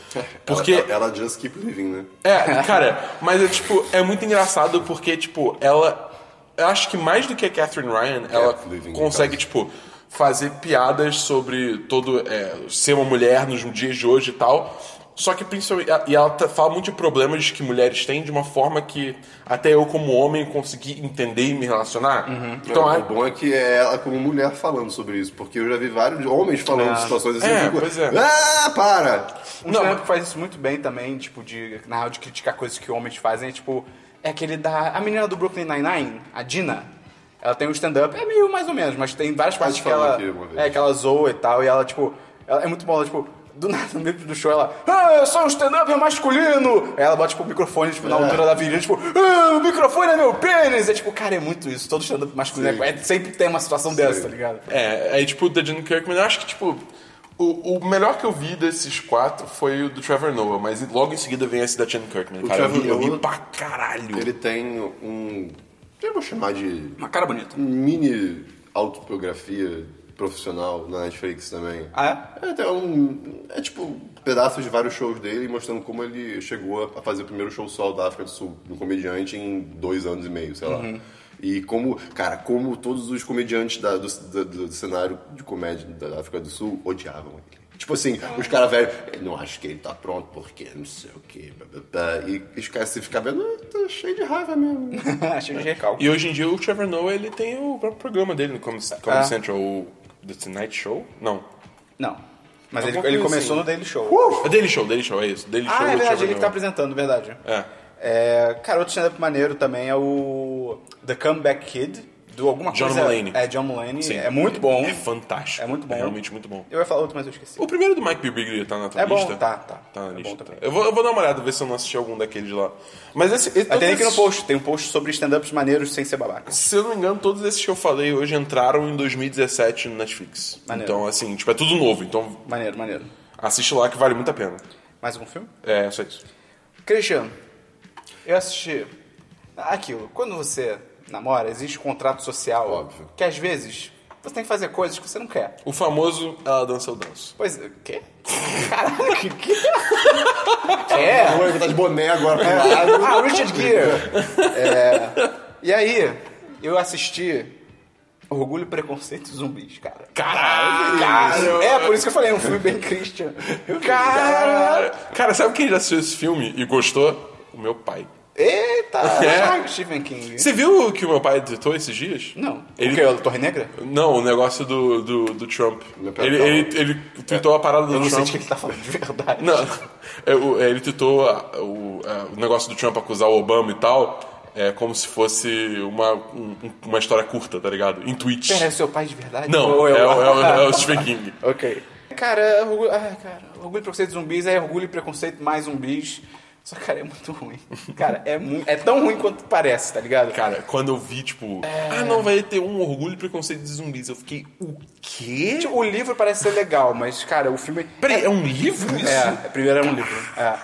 Porque. tá Ela, ela just keep living, né? É, cara, mas é tipo, é muito engraçado porque, tipo, ela. Eu acho que mais do que a Catherine Ryan, ela É, living, consegue, no tipo, fazer piadas sobre todo. é, ser uma mulher nos dias de hoje e tal. Só que principalmente. E ela tá- fala muito de problemas que mulheres têm de uma forma que até eu, como homem, consegui entender e me relacionar. Então, o a- bom é que é ela como mulher falando sobre isso, porque eu já vi vários homens falando de situações assim. É, eu fico, pois é. Ah, para! Um Não, stand mas- faz isso muito bem também, tipo, de, na real, de criticar coisas que homens fazem, é tipo, é aquele da... A menina do Brooklyn Nine-Nine, a Dina, ela tem um stand-up, é meio mais ou menos, mas tem várias partes que falou ela... aqui uma vez. É, que ela zoa e tal, e ela, tipo, ela é muito boa, ela, tipo... Do nada, no meio do show, ela... Ah, eu sou um stand-up masculino! Aí ela bota, tipo, o microfone, tipo, na altura da virilha, tipo... Ah, o microfone é meu pênis! É, tipo, cara, é muito isso. Todo stand-up masculino é, é- sempre tem uma situação dessa, tá ligado? É, aí tipo, o da Jane Kirkman, eu acho que, tipo, o, o melhor que eu vi desses quatro foi o do Trevor Noah, mas logo em seguida vem esse da Jane Kirkman, cara. Eu Trevor ri, eu ri Noah- pra caralho. Ele tem um. Eu vou chamar de Uma cara bonita. mini autobiografia profissional na Netflix também. Ah, [LAUGHS] É, tem um, é tipo pedaços de vários shows dele mostrando como ele chegou a fazer o primeiro show solo da África do Sul, um comediante, em dois anos e meio, sei lá. Uhum. E como, cara, como todos os comediantes da- do, do- do cenário de comédia da África do Sul odiavam ele. Tipo assim, os caras velhos, "Eu não acho que ele tá pronto porque não sei o que, e os caras se ficam vendo, "Ah, tá cheio de raiva mesmo. é? Achei de recalque. E hoje em dia o Trevor Noah, ele tem o próprio programa dele no Comedy Comedy É. Central, o The Tonight Show? Não. Não. Mas É ele, alguma ele coisa começou assim. no Daily Show. É Daily Show, Daily Show, é isso. Daily Show Ah, é do verdade, Trevor ele que tá Noah. apresentando, verdade. É. É, cara, outro stand-up maneiro também é o The Comeback Kid, do alguma John coisa. Mulaney. É, John Mulaney. Sim. É muito bom. É fantástico. É muito bom. É realmente muito bom. Eu ia falar outro, mas eu esqueci. O primeiro do Mike Birbiglia tá na tua É bom, lista? tá, tá. Tá na É lista. bom tá. também. Eu, vou, eu vou dar uma olhada, ver se eu não assisti algum daqueles lá. Mas esse... esse Mas todos tem aqui no esses- post, tem um post sobre stand-ups maneiros sem ser babaca. Se eu não me engano, todos esses que eu falei hoje entraram em 2017 no Netflix. Maneiro. Então, assim, tipo, é tudo novo. Então, Maneiro, maneiro. assiste lá que vale muito a pena. Mais algum filme? É, só isso. Cristiano, eu assisti aquilo. Quando você namora, existe um contrato social Óbvio. que às vezes você tem que fazer coisas que você não quer. O famoso Ela Dança Eu Danço. Pois é, o quê? Caralho, que [LAUGHS] que é? O Ele tá de boné agora É, pro lado. Ah, Richard Gere. É, E aí, eu assisti Orgulho, Preconceito e Zumbis, cara. Caralho! É, por isso que eu falei, é um filme bem Christian. Cara! Cara, cara, sabe quem já assistiu esse filme e gostou? O meu pai. Eita! É. Stephen King. Você viu o que o meu pai editou esses dias? Não. é Ele- O quê? A Torre Negra? Não, o negócio do, do, do Trump. Meu pai Ele, tá ele, ele tweetou a parada do Eu não sei Trump. de que ele tá falando de verdade. Não, é, o- é, ele tweetou a- o, a- o negócio do Trump acusar o Obama e tal, é como se fosse uma, um- um- uma história curta, tá ligado? Em tweets. Pera, é o seu pai de verdade? Não, Ou é, eu? o- é o- é o Stephen King. Ok. Cara, orgulho, ah, cara, orgulho e preconceito de zumbis é orgulho e preconceito mais zumbis. Só, cara, é muito ruim. Cara, é, mu- é tão ruim quanto parece, tá ligado? Cara, quando eu vi, tipo, ah, não, vai ter um orgulho e preconceito de zumbis, eu fiquei, o quê? Tipo, o livro parece ser legal, mas, cara, o filme. Peraí, é um livro isso? É, primeiro é um livro. É.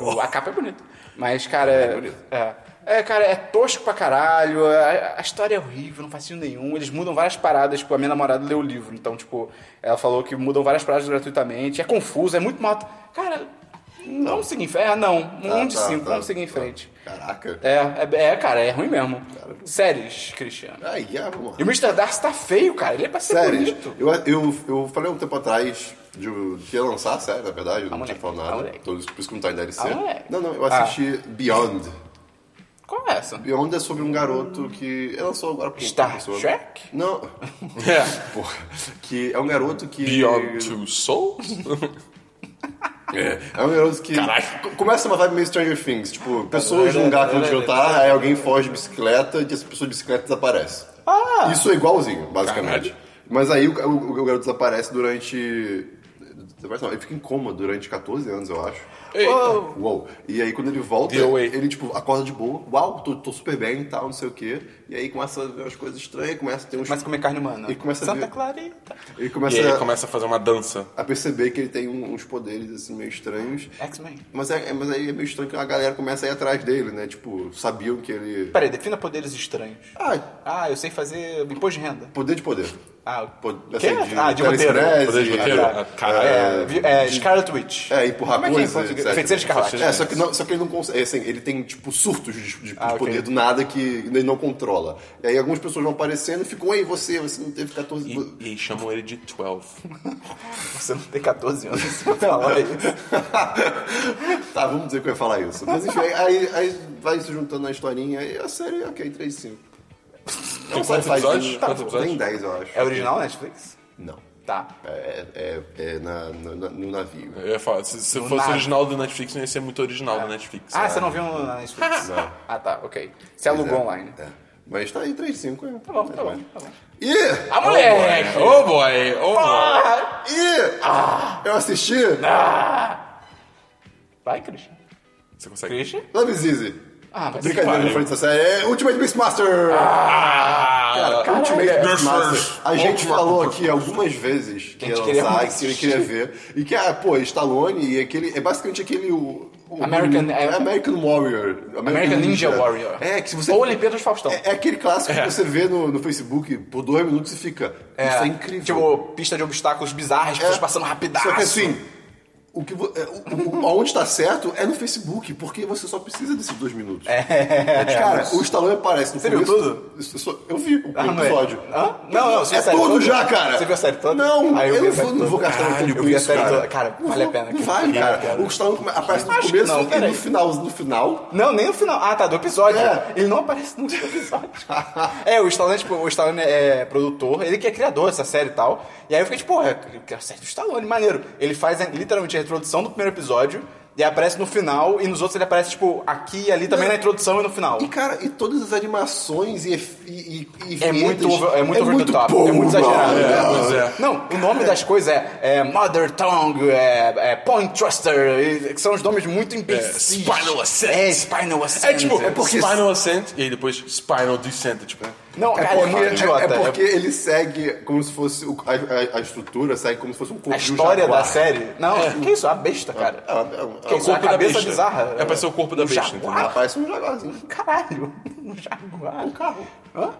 O- A capa é bonita. Mas, cara. É, é. É, cara, é tosco pra caralho, a, a história é horrível, não faz sentido nenhum. Eles mudam várias paradas, tipo, a minha namorada leu o livro, então, tipo, ela falou que mudam várias paradas gratuitamente, é confuso, é muito mal. Cara, Vamos seguir em frente. É, não. Ah, Um Tá, de tá, cinco, tá, vamos seguir em tá. frente. Caraca. É, é, é, cara, é ruim mesmo. Séries, Cristiano. Ai, ah, vamos lá. E o Mr. Darcy tá feio, cara. Ele é pra ser Séries. bonito. Eu, eu, eu falei um tempo atrás de, de ia lançar a série, na verdade, eu não moleque, tinha falado ah, nada. moleque. Por isso por isso que não tá em DLC. Ah, moleque. Ah. não, não, eu assisti Beyond. Qual é essa? Beyond é sobre um garoto que. Ele lançou agora por Star Trek? Não. [LAUGHS] Porra. Que é um garoto que. Beyond Two Souls? É um garoto que. Caralho. Co- Começa uma vibe meio Stranger Things. Tipo, pessoas num lugar que vão [LAUGHS] jantar, tá, aí alguém foge de bicicleta e essa pessoa de bicicleta desaparece. Ah! Isso é igualzinho, basicamente. Caralho. Mas aí o, o- o garoto desaparece durante. Desaparece não, ele fica em coma durante 14 anos, eu acho. Oh, Uou. E aí quando ele volta, Deu, hein? ele tipo acorda de boa, uau, tô, tô super bem e tal, não sei o quê. E aí começa a ver umas coisas estranhas, começa a ter uns. começa a comer carne humana. E começa a Santa ver- Clarita. Ele começa, E aí a- ele começa a fazer uma dança. a perceber que ele tem um- uns poderes assim meio estranhos. X-Men. Mas, é, é- mas aí é meio estranho que a galera começa a ir atrás dele, né? Tipo, sabiam que ele. Peraí, defina poderes estranhos. Ah, Ah, eu sei fazer imposto de renda. poder de poder. Ah, Po- quê? assim, de ah, de roteiro. telecinese, Poder de roteiro? é, Caralho. É, vi- é, Scarlet Witch. É, empurrar Como é que é em coisas. português? etc. Feiticeiro Escarlate. É, só que, não, só que ele não consegue. é, Assim, ele tem, tipo, surtos de, de- de né? Ah, ok. poder do nada que ele não controla. E aí algumas pessoas vão aparecendo e ficam, ei, você, você não teve 14. E, e aí chamam ele de 12. Você não tem 14 anos, [LAUGHS] você fala isso. [LAUGHS] tá, vamos dizer que eu ia falar isso. Mas enfim, aí, aí- aí vai se juntando na historinha e a série, ok, 3 5. É um Tem quantos sci-fizinho. episódios? Quantos episódios? Tem 10, eu acho. É original Netflix? Não. Tá. É É, é, é na, na- na- no navio. Eu ia falar, se, se Do fosse nada. original do Netflix, não ia ser muito original do Netflix. Ah, você não viu na [LAUGHS] Netflix? Não. Ah, tá, ok. Você alugou É, online. é. Mas tá aí 3 5. É. Tá bom, tá bom, tá bom. E, Ah, moleque! Oh boy! Oh boy! e ah, eu assisti Vai, Christian. Você consegue? Christian? Love is Easy. Ah, mas Brincadeira pariu. na frente dessa série. É Ultimate Beastmaster! Ah, Cara, Ultimate Girls Beastmaster. first. A gente Ultimate- falou aqui algumas vezes que A gente ia queria lançar, muito que ele queria ver. E que, ah, pô, Stallone e aquele. É basicamente aquele. O, o- American- é American Warrior. American Ninja Warrior. É, que se você. Ou Olimpíadas Faustão. É, é aquele clássico que você vê no, no Facebook por dois minutos e fica. Isso é incrível. É. Tipo, pista de obstáculos bizarras, pessoas passando rapidaço. Só que assim, o que, vo- é, o- o- aonde está certo é no Facebook, porque você só precisa desses dois minutos. É, tipo, Cara, o Stallone aparece no É. Você viu começo- tudo? Isso- isso- eu vi o Ah, não é. um episódio. Hã? Não, não, você viu é a série tudo toda? já, cara. Você viu a série toda? Não, Ah, eu eu, vi a não, série vou, não vou toda. gastar meu Caralho, tempo eu com vi a isso, série cara. toda. Cara, Não vale a vou- pena. Não vale, cara. Cara. O Stallone come- aparece no Acho que começo não, e peraí. no final, no final. Não, nem no final. Ah, tá, do episódio. É. Ele não aparece no episódio. [LAUGHS] é, o Stallone, tipo, o Stallone é produtor, ele que é criador dessa série e tal. E aí eu fiquei tipo, porra, eu quero a série do Stallone, maneiro. Ele faz é, literalmente a introdução do primeiro episódio, e aparece no final, e nos outros ele aparece, tipo, aqui e ali também na introdução e no final. E, cara, e todas as animações e, efe- e, e, e É muito, vinhetas, over- é muito over the top, bom, é muito exagerado. mano. É, pois é. Não, o nome das coisas é, é Mother Tongue, é, é Point Thruster, e- que são os nomes muito imbecis. Spinal Ascent. É, Spinal Ascent. É tipo, É porque- Spinal Ascent e aí depois Spinal Descent. Tipo, Não, cara, é muito idiota. é porque ele segue como se fosse. o- a, a- a estrutura segue como se fosse um corpo A de um história jaguar. da série. Não, que isso? A besta, cara. É, é um- Que é um- isso? A cabeça bizarra. É pra ser o corpo da Um besta. jaguar? entendeu? Ah, parece um jaguarzinho. Caralho. [LAUGHS] Um jaguar. Um carro. Hã?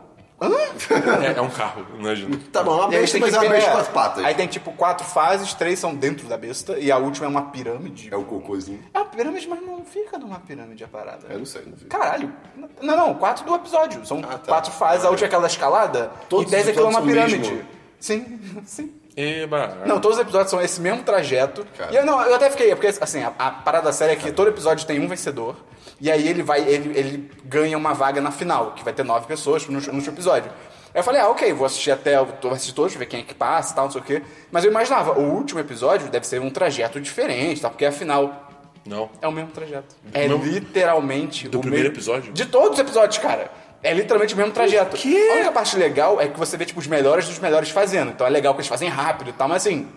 É, é um carro, imagina. Tá bom, é uma E aí besta, tem mas é que uma besta pegar- com as patas. Aí tem tipo quatro fases, três são dentro da besta e a última é uma pirâmide. É o cocôzinho. É uma pirâmide, mas não fica numa pirâmide a parada. Eu não sei, não vi. Caralho. Não, não, quatro do episódio. São Ah, tá. quatro fases, a última é aquela da escalada Todos e dez os é aquela uma episódios são o pirâmide. mesmo? Sim, [LAUGHS] sim. Eba. Não, todos os episódios são esse mesmo trajeto. Cara. E eu, não, eu até fiquei, porque assim, a, a parada da série é que todo episódio tem um vencedor. E aí ele vai, ele, ele ganha uma vaga na final, que vai ter nove pessoas no, no último episódio. Aí eu falei, ah, ok, vou assistir até, o- vou assistir todos, ver quem é que passa e tal, não sei o quê. Mas eu imaginava, o último episódio deve ser um trajeto diferente, tá? Porque afinal, Não. é o mesmo trajeto. É Não. literalmente Do o primeiro mesmo- episódio? De todos os episódios, cara. É literalmente o mesmo trajeto. quê? A única parte legal é que você vê, tipo, os melhores dos melhores fazendo. Então é legal que eles fazem rápido e tal, mas assim,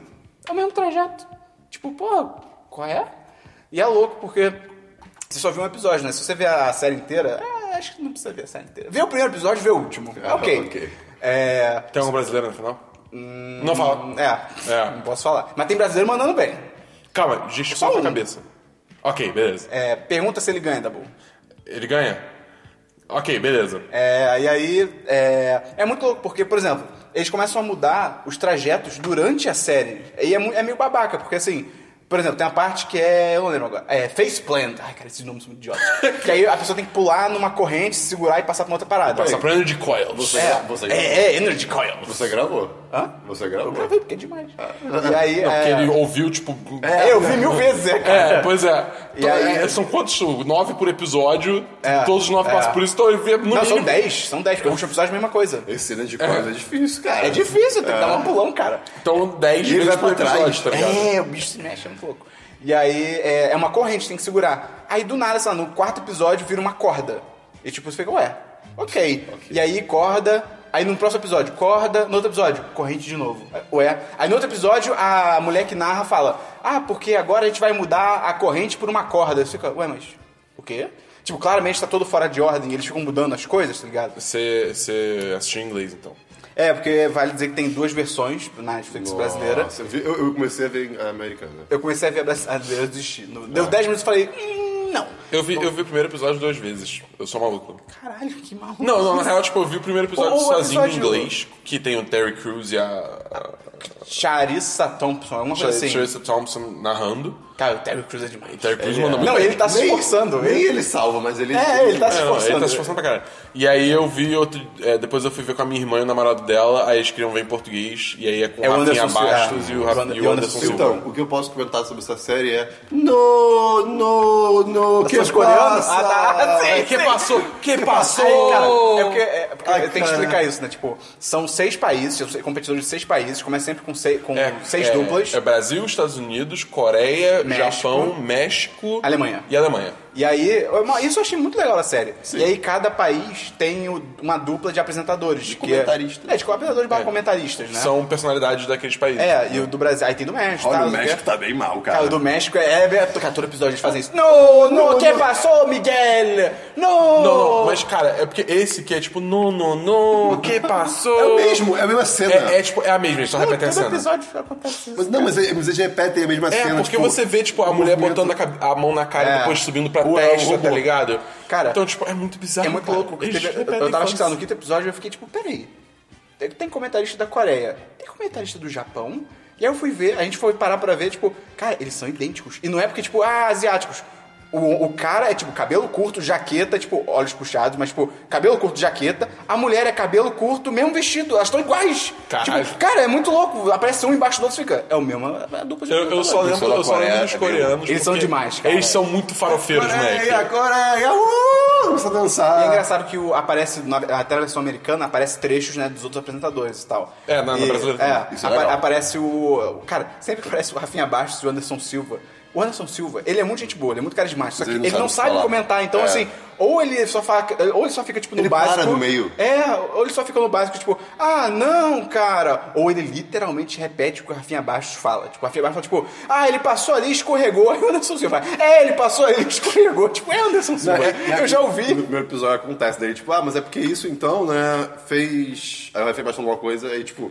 é o mesmo trajeto. Tipo, pô, qual é? E é louco, porque você só vê um episódio, né? Se você vê a série inteira, é, acho que não precisa ver a série inteira. Vê o primeiro episódio, vê o último. É Ah, ok. ok. É. Tem uma brasileira no final? Hum. não fala. É, É. não posso falar. Mas tem brasileiro mandando bem. Calma, Só gesticula com um. a cabeça. Ok, beleza. É, pergunta se ele ganha, Dabu. Ele ganha? Ok, beleza. É, e aí é, é muito louco, porque, por exemplo, eles começam a mudar os trajetos durante a série. E é, mu- é meio babaca, porque assim, por Por exemplo, tem uma parte que é. Eu não lembro agora. É Face Plant. Ai, cara, esses nomes são muito idiotas. que aí a pessoa tem que pular numa corrente, se segurar e passar pra uma outra parada. Passa pra Energy Coil. Você, É, gra- você, é, é, Energy Coil. você gravou? Hã? Você gravou? Eu gravei, porque é demais. E aí. Não, porque é, ele ouviu, tipo. é, eu vi mil vezes, é, cara. É, pois é. Então, aí- é, São quantos? Nove por episódio. É, Todos os nove é. passam por isso. Então ele vê. No Não, são mínimo- 10, são 10, porque o último episódio é a mesma coisa. Esse cena de coisa é difícil, cara. É difícil, tem que dar um pulão, cara. Então dez E ele vezes vai pra por trás. episódio, tá ligado? É, o bicho se mexe um pouco. E aí é, é uma corrente, tem que segurar. Aí do nada, sei lá, no quarto episódio vira uma corda. E tipo, você fica, ué, ok. E aí corda, aí no próximo episódio, corda, no outro episódio, corrente de novo. Ué. Aí no outro episódio, a mulher que narra fala, ah, porque agora a gente vai mudar a corrente por uma corda. Você fica, ué, mas o quê? Tipo, claramente tá todo fora de ordem, eles ficam mudando as coisas, tá ligado? Você, você assistiu em inglês, então. É, porque vale dizer que tem duas versões na Netflix brasileira. Nossa, eu, vi- eu- eu comecei a ver a americana. Eu comecei a ver a [LAUGHS] brasileira, eu desisti. No- Deu 10 minutos e falei, hum, não. Eu vi, eu vi o primeiro episódio duas vezes. Eu sou maluco. Caralho, que maluco. Não, não, na real, tipo, eu vi o primeiro episódio Ou o sozinho episódio- Ah, em inglês, que tem o Terry Crews e a, Charissa Thompson, alguma a coisa assim. Teresa Thompson narrando. Cara, o Terry Crews é demais. O Terry Crews manda muito Não, bem. ele tá se Nem- esforçando. Nem Ele... ele salva, mas ele. É, ele tá se É, não, ele esforçando. tá se esforçando pra caralho. E aí eu vi outro. é, depois eu fui ver com a minha irmã e o namorado dela, aí eles queriam ver em português, e aí é com É o o Rafinha Anderson Silva. Bastos e o, Rafa, e o Anderson Silva. Então, o que eu posso comentar sobre essa série é. No, no, no. Que Você escolheu? passa? Ah, tá. [LAUGHS] Sim, É, que sim. passou? Que passou? Aí, cara, é porque, é porque Ai, tem que cara. explicar isso, né? Tipo, são seis países, são seis competidores de seis países, começa sempre com seis, com É, Então, seis é, duplas. É Brasil, Estados Unidos, Coreia, México. Japão, México. Alemanha. E Alemanha. E aí, eu- isso eu achei muito legal na série. E aí, cada país tem o- uma dupla de apresentadores. que é- comentaristas. É, de apresentadores barra comentaristas, né? São personalidades daqueles países. É, e o do Brasil. Aí tem do México, Olha, tá? o não sei quê. México tá bem mal, cara. Cara, o do México é. é, é cara, todo episódio eles fazem isso. No, no, que passou, Miguel? No! Não, não, mas cara, é porque esse que é tipo, não, não, não, o [LAUGHS] que passou? É o mesmo, é a mesma cena. É, é, tipo, é a mesma, eles só né? Não, repetem a todo cena. episódio acontece isso. Mas, não, mas, é, mas eles repetem a mesma É, cena. porque tipo, você vê, tipo, a mulher movimento- botando a, cabe- a mão na cara um É. e depois subindo pra Ué, testa, o robô. tá ligado? Cara, Então, tipo, é muito bizarro. É muito cara. louco. que Eles teve- eu, repetem eu tava fãs. esquecendo, no quinto episódio eu fiquei tipo, peraí. Tem- Tem comentarista da Coreia, tem comentarista do Japão. E aí eu fui ver, a gente foi parar pra ver, tipo, cara, eles são idênticos. E não é porque, tipo, ah, asiáticos. O, o cara é, tipo, cabelo curto, jaqueta, tipo, olhos puxados, mas, tipo, cabelo curto, jaqueta. A mulher é cabelo curto, mesmo vestido. Elas estão iguais. Caralho. Tipo, cara, é muito louco. Aparece um embaixo do outro fica. É o mesmo, é a dupla de Eu, eu só comentários. lembro, eu só lembro dos É bem- coreanos. Eles são porque demais, cara. é. Eles são muito farofeiros, né? Coreia, Coreia, é, uh, começa a dançar. E é engraçado que o, aparece, na, até na versão americana, aparece trechos né, dos outros apresentadores e tal. É, na- na E- brasileira É, também. Isso é apa- legal. aparece o. Cara, sempre aparece o Rafinha Bastos e o Anderson Silva. O Anderson Silva, ele é muito gente boa, ele é muito carismático. Só que Mas ele ele, não não sabe sabe falar. comentar, então É. assim, ou ele só fala, ou ele só fica tipo no Ele para básico. no meio. É, ou ele só fica no básico, tipo, ah, não, cara. Ou ele literalmente repete o que o Rafinha Bastos fala. Tipo, o Rafinha Bastos fala, tipo, ah, ele passou ali e escorregou. [LAUGHS] Aí o Anderson Silva fala, é, ele passou ali e escorregou. Tipo, é Anderson Silva. eu já ouvi. No meu episódio acontece, daí tipo, ah, mas é porque isso então, né? Fez. Aí vai fez bastante alguma coisa e tipo,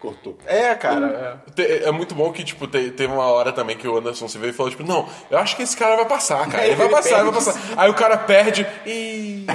cortou. É, cara. Te- É muito bom que, tipo, te- teve uma hora também que o Anderson se veio e falou, tipo, não, eu acho que esse cara vai passar, cara. Ele vai Ele passar, ele vai perde. passar. Aí o cara perde e. [LAUGHS] tá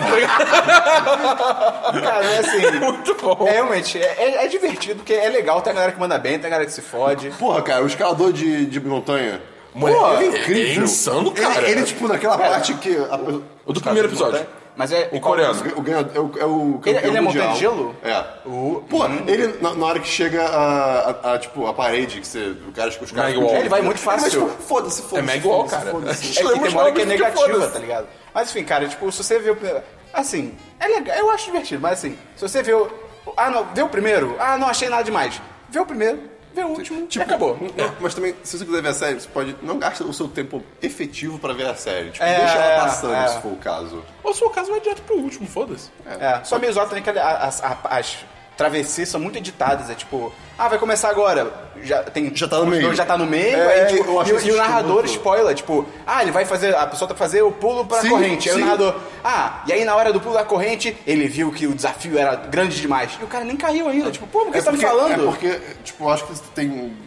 Cara, é assim. muito bom. É, realmente, é, é- é divertido, porque é legal, tem a galera que manda bem, tem a galera que se fode. Porra, cara, o escalador de, de montanha. Moleque, ele é- é insano, Ele- cara. Ele, tipo, naquela parte que. a pessoa- O do primeiro episódio. Mas é. O coreano. o ganhador é o, é o campeão Ele- ele é mundial. montanha de gelo? É. O- Hum. Pô, ele, na, na hora que chega a, a- a, tipo, a parede, que você, o cara, os caras... Meg Wall. é, Ele vai muito fácil. Mas, tipo, foda-se, foda-se. É Meg Wall, foda-se, cara. foda-se. É que tem uma hora que é Extremos negativa, foda-se. tá ligado? Mas enfim, cara, tipo, se você vê o primeiro. Assim, é legal, eu acho divertido, mas assim, se você vê o. Ah, não, vê o primeiro. Ah, não, achei nada demais. Vê o primeiro, vê o último. Tipo, e acabou. É. Não, Mas também, se você quiser ver a série, você pode. Não gasta o seu tempo efetivo pra ver a série. Tipo, É, deixa ela é. passando, se for o caso. Ou se for o caso, vai direto pro último, foda-se. É, só me zoar também que a- as, a- as travessias são muito editadas. É tipo, ah, vai começar agora. Já, tem, Já tá no os meio. dois Já tá no meio. É, aí, tipo, eu acho e o- isso e o narrador escroto. spoiler, tipo, ah, ele vai fazer. A pessoa tá fazer o pulo pra Sim, corrente. Aí o sim. narrador, ah, e aí na hora do pulo da corrente, ele viu que o desafio era grande demais. E o cara nem caiu ainda. Tipo, pô, por que você tá me É porque- falando? É porque, tipo, eu acho que tem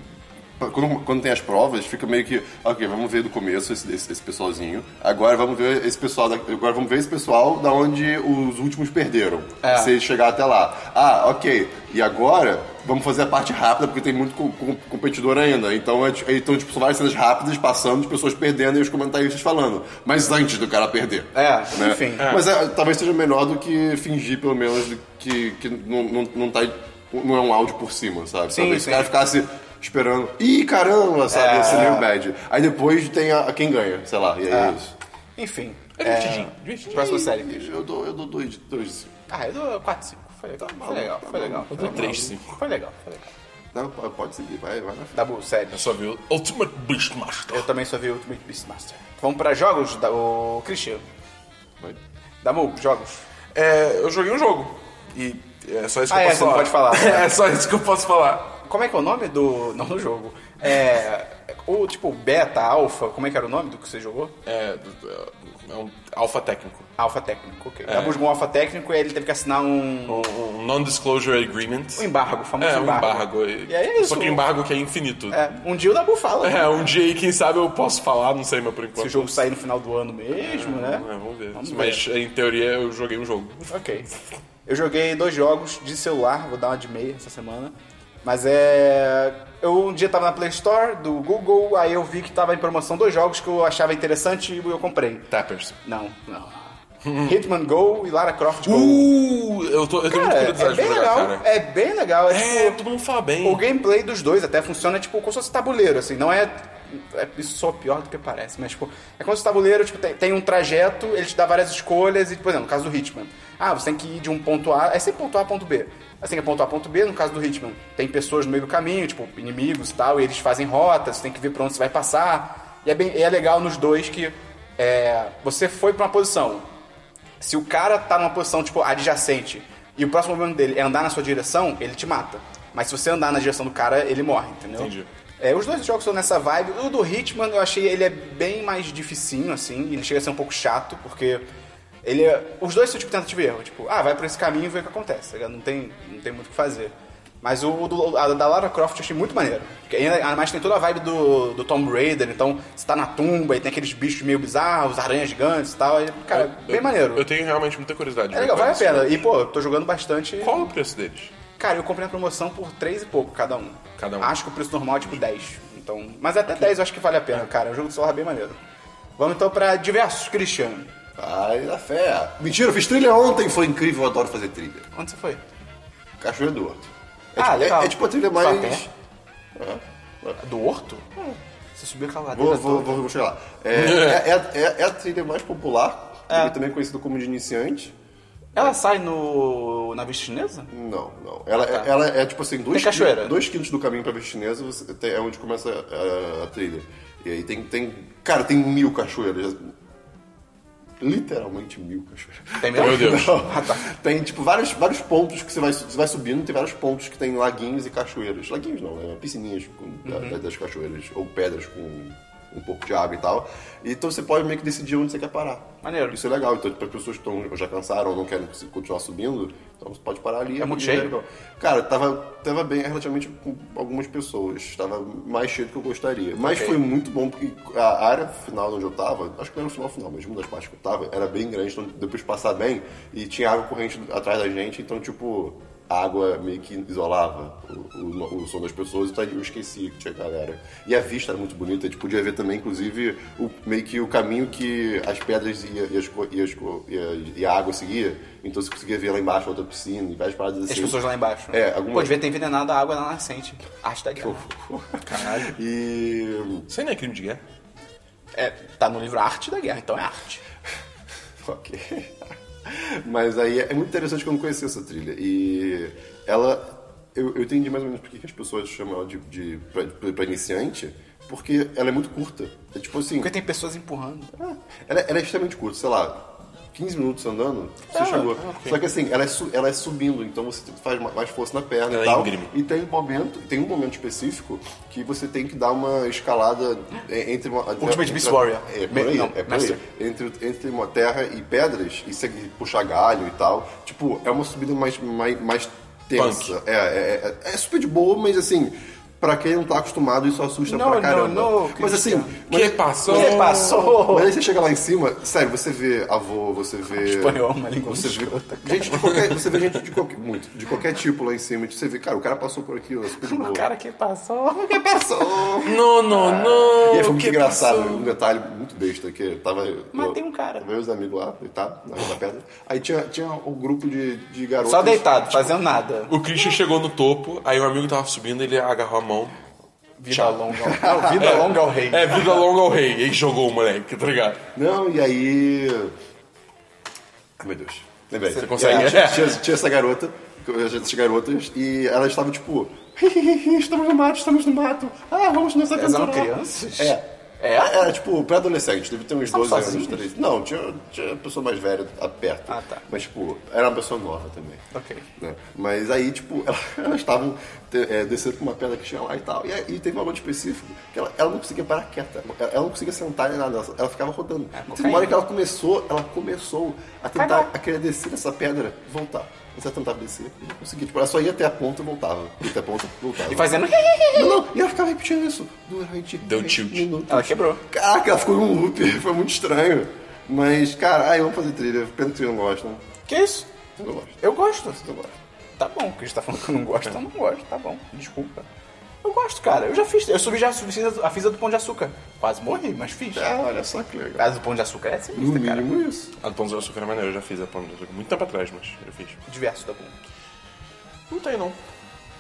Quando, quando tem as provas, fica meio que, ok, vamos ver do começo esse, esse, esse pessoalzinho. Agora vamos ver esse pessoal, da, agora vamos ver esse pessoal da onde os últimos perderam. É. Se ele chegar até lá. Ah, ok. E agora vamos fazer a parte rápida porque tem muito co- co- competidor ainda. Então, é, ti- então tipo, são várias cenas rápidas passando, as pessoas perdendo e os comentaristas falando. Mas antes do cara perder. É, enfim. Mas é, talvez seja melhor do que fingir, pelo menos, do que, que não, não, não, tá, não é um áudio por cima, sabe? Sim, talvez sim. É. o cara ficasse esperando. Ih, caramba, sabe? Esse new bad. Aí depois tem a, a quem ganha, sei lá. E aí é isso. Enfim. É, próxima série. Eu dou, eu dou dois, dois de cinco. Ah, eu dou 4, 5. Foi legal, foi legal, foi legal. Eu dou 3, sim. Foi legal, foi legal. Não, po- Tá, pode seguir, vai, vai na frente. Dabu, sério. Eu só vi o Ultimate Beastmaster. Eu também só vi Ultimate Beastmaster. Vamos pra jogos, da, o Christian. Vai. Dabu, jogos. É, eu joguei um jogo. E é só isso que Ah, eu é, posso você não falar. pode falar. [LAUGHS] é só isso que eu posso falar. Como é que é o nome do... [LAUGHS] Não, do jogo. É... Ou, tipo, beta, alfa, como é que era o nome do que você jogou? É, é um alfa técnico. Alfa técnico, ok. É. Dabu jogou um alfa técnico e ele teve que assinar um... Um, um non-disclosure agreement. Um embargo, o famoso É, um embargo. embargo. E aí é isso. Só que um embargo que é infinito. É, um dia o Dabu fala. né? É, um dia aí, quem sabe eu posso falar, não sei, mas por Se enquanto. o jogo sair no final do ano mesmo, né? É, vamos ver. mas em teoria eu joguei um jogo. Ok. Eu joguei dois jogos de celular, vou dar uma de meia essa semana. Mas é. Eu um dia tava na Play Store do Google, aí eu vi que tava em promoção dois jogos que eu achava interessante e eu comprei. Tappers. Não, [LAUGHS] não. Hitman Go e Lara Croft Go. Uh, eu, tô, eu tenho Cara, muita é curiosidade bem pra legal. jogar, cara. É bem legal. É, É, tipo, todo mundo fala bem. o gameplay dos dois até funciona tipo como se fosse tabuleiro, assim, não é. é- isso só pior do que parece, mas tipo, é como se o tabuleiro tipo, tem, tem um trajeto, ele te dá várias escolhas, e, por exemplo, no caso do Hitman. Ah, você tem que ir de um ponto A, é sempre ponto A a ponto B. Assim que é ponto A ponto B, no caso do Hitman, tem pessoas no meio do caminho, tipo, inimigos e tal, e eles fazem rotas, você tem que ver pra onde você vai passar. E é, bem, e é legal nos dois que é, você foi pra uma posição, se o cara tá numa posição, tipo, adjacente e o próximo movimento dele é andar na sua direção, ele te mata. Mas se você andar na direção do cara, ele morre, entendeu? Entendi. É, os dois jogos são nessa vibe. O do Hitman, eu achei ele é bem mais dificinho, assim. Ele chega a ser um pouco chato, porque... Ele é- Os dois são, tipo, tentativa e erro. Tipo, ah, vai por esse caminho e vê o que acontece. tá ligado? Não tem, não tem muito o que fazer. Mas o do- a da Lara Croft eu achei muito maneiro. Porque ainda- Ainda mais tem toda a vibe do, do Tomb Raider. Então, você tá na tumba e tem aqueles bichos meio bizarros, aranhas gigantes e tal. E, cara, é bem eu, maneiro. Eu tenho realmente muita curiosidade. de É ver legal, qual vale a esse pena. jogo. E, pô, eu tô jogando bastante. Qual é o preço deles? Cara, eu comprei na promoção por 3 e pouco cada um. Cada um. Acho que o preço normal é tipo 10. Então, mas até 10 eu acho que vale a pena, cara. É um jogo de celular bem maneiro. Vamos então pra diversos, Cristiano. Vai na fé. Mentira, eu fiz trilha ontem, foi incrível, eu adoro fazer trilha. Onde você foi? Cachoeira do Horto. É Ah, tipo- é- legal. É, tipo a trilha Só a mais. Do Horto? Você subiu aquela ladeira Vou, vou, toda. vou, vou chegar lá. [LAUGHS] É, é- é- é- é a trilha mais popular, É. e também conhecida como de iniciante. Ela sai no... na vista chinesa? Não, não. Ela, ela é tipo assim, dois, Ah, tá. Tem cachoeira. quil- dois quilos do caminho pra Vista Chinesa você tem- é onde começa a, a trilha. E aí tem, tem. Cara, tem mil cachoeiras. Literalmente mil cachoeiras. Tem mesmo? [LAUGHS] Meu Deus. Ah, tá. Tem, tipo, vários, vários pontos que você vai, você vai subindo, tem vários pontos que tem laguinhos e cachoeiras. Laguinhos não, né? Piscininhas com- da- Uhum. da- das cachoeiras, ou pedras com um pouco de água e tal. Então você pode meio que decidir onde você quer parar. Maneiro. Isso é legal. Então, para pessoas que estão, já cansaram ou não querem se- continuar subindo, então você pode parar ali. É muito E cheio? legal. Cara, tava, tava bem relativamente com algumas pessoas. Tava mais cheio do que eu gostaria. Mas Ok. foi muito bom, porque a área final onde eu tava, acho que não era o final final, mas uma das partes que eu tava, era bem grande, então deu pra espaçar bem. E tinha água corrente atrás da gente, então, tipo, a água meio que isolava o, o- o som das pessoas, então eu esqueci que tinha galera. E a vista era muito bonita, a gente podia ver também, inclusive, o, meio que o caminho que as pedras ia, e, as co- e as co- e a, e a água seguia. Então você conseguia ver lá embaixo outra piscina e várias paradas assim. As pessoas lá embaixo. É, algumas- Pô, devia ter envenenado a água na nascente. Arte da guerra. Caralho. [LAUGHS] E. Isso aí não é crime de guerra. É, tá no livro Arte da Guerra, então é arte. [LAUGHS] Ok. Mas aí é muito interessante que eu não conhecia essa trilha. E ela. Eu, eu entendi mais ou menos porque que as pessoas chamam ela de. de pra, pra iniciante, porque ela é muito curta. É tipo assim. Porque tem pessoas empurrando. Ela, ela é extremamente curta, sei lá. 15 minutos andando, você Ah, chegou. Só que assim, ela é, su- ela é subindo, então você faz ma- mais força na perna Ela é e tal. íngreme. E tem um momento, tem um momento específico que você tem que dar uma escalada é, entre uma. Ultimate entre- Beast Warrior. É, por aí, Não, é por Master. aí entre, entre uma terra e pedras e seguir, puxar galho e tal. Tipo, é uma subida mais, mais, mais tensa. É, é, é, é super de boa, mas assim. pra quem não tá acostumado, isso assusta Não, pra não, caramba. não, mas assim, Christian. mas, Que passou? Você passou! mas aí você chega lá em cima, sério, você vê avô, você vê. Espanhol, uma língua você vê, escrota, gente de qualquer, você vê gente de qualquer. Muito, de qualquer tipo lá em cima, e você vê, cara, o cara passou por aqui, ó, super de boa. [LAUGHS] O cara que passou. que passou! Não, não, não. E aí foi muito que engraçado, passou? um detalhe muito besta que tava. Mas eu- tem um cara. Meus amigos lá, deitado, na da pedra. Aí tinha, tinha um grupo de, de garotos. Só deitado, fazendo nada. O Christian chegou no topo, aí o amigo tava subindo, ele agarrou a mão. Vida longa [LAUGHS] ao rei. Vida longa ao rei. É, vida longa ao rei. E aí jogou o moleque, tá ligado? Não, e aí. Ai, meu Deus. Lembrei. Você É, né? consegue? Tinha, tinha, tinha essa garota, essas garotas, e elas estavam tipo. "Hi, hi, hi, hi, Estamos no mato, estamos no mato. Ah, vamos nos Elas aventurar. eram crianças? É. É? Era tipo pré-adolescente, devia ter uns Estavam 12 anos, sozinhas? 13. Não, tinha, tinha pessoa mais velha a- perto. Ah, tá. Mas tipo, era uma pessoa nova também. Ok. né? Mas aí, tipo, [LAUGHS] ela- elas estavam te- é, descendo por uma pedra que tinha lá e tal. E, aí- e teve um momento específico que ela, ela não conseguia parar quieta. Ela, ela não conseguia sentar nem nada. Ela, ela ficava rodando. É, teve uma hora que ela começou, ela começou a tentar a querer descer essa pedra e voltar. Mas ela tentava descer e não conseguia. Tipo, ela só ia até a ponta e voltava. Ia até a ponta e voltava. E fazendo. [LAUGHS] [LAUGHS] Não, não. E ela ficava repetindo isso durante Deu 10 tilt. minutos. Ela quebrou. Caraca, ela ficou num loop, [LAUGHS] foi muito estranho. Mas, cara, ai, vamos fazer trilha. Pena que tu não gosta. né? Que isso? Tu não gosta, Eu gosto. tu não gosta. Tá bom, que a gente tá falando que eu não gosto, eu não gosto, tá bom, desculpa. Eu gosto, cara, eu já fiz, eu subi já subi, fiz a, fiz a do Pão de Açúcar. Quase morri, mas fiz. Ah, olha só que legal. A do Pão de Açúcar é No sinistra, cara. mínimo isso. A do Pão de Açúcar é maneira, eu já fiz a Pão de Açúcar. Muito tempo atrás, mas eu fiz. Diverso, tá bom. Não tem não,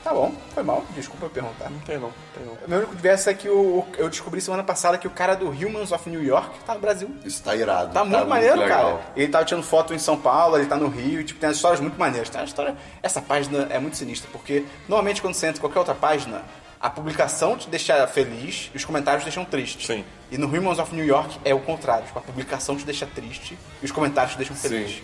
Tá bom, foi mal, desculpa eu perguntar. não tem não, não tem não. O meu único diverso é que o, eu descobri semana passada que o cara do Humans of New York tá no Brasil. Isso tá irado. Tá muito maneiro, legal. cara. Ele tava tirando foto em São Paulo, ele tá no Rio, tipo, tem umas histórias muito maneiras. Tem uma história. Essa página é muito sinistra, porque normalmente quando você entra em qualquer outra página, a publicação te deixa feliz e os comentários te deixam triste. Sim. E no Humans of New York é o contrário, tipo, a publicação te deixa triste e os comentários te deixam feliz.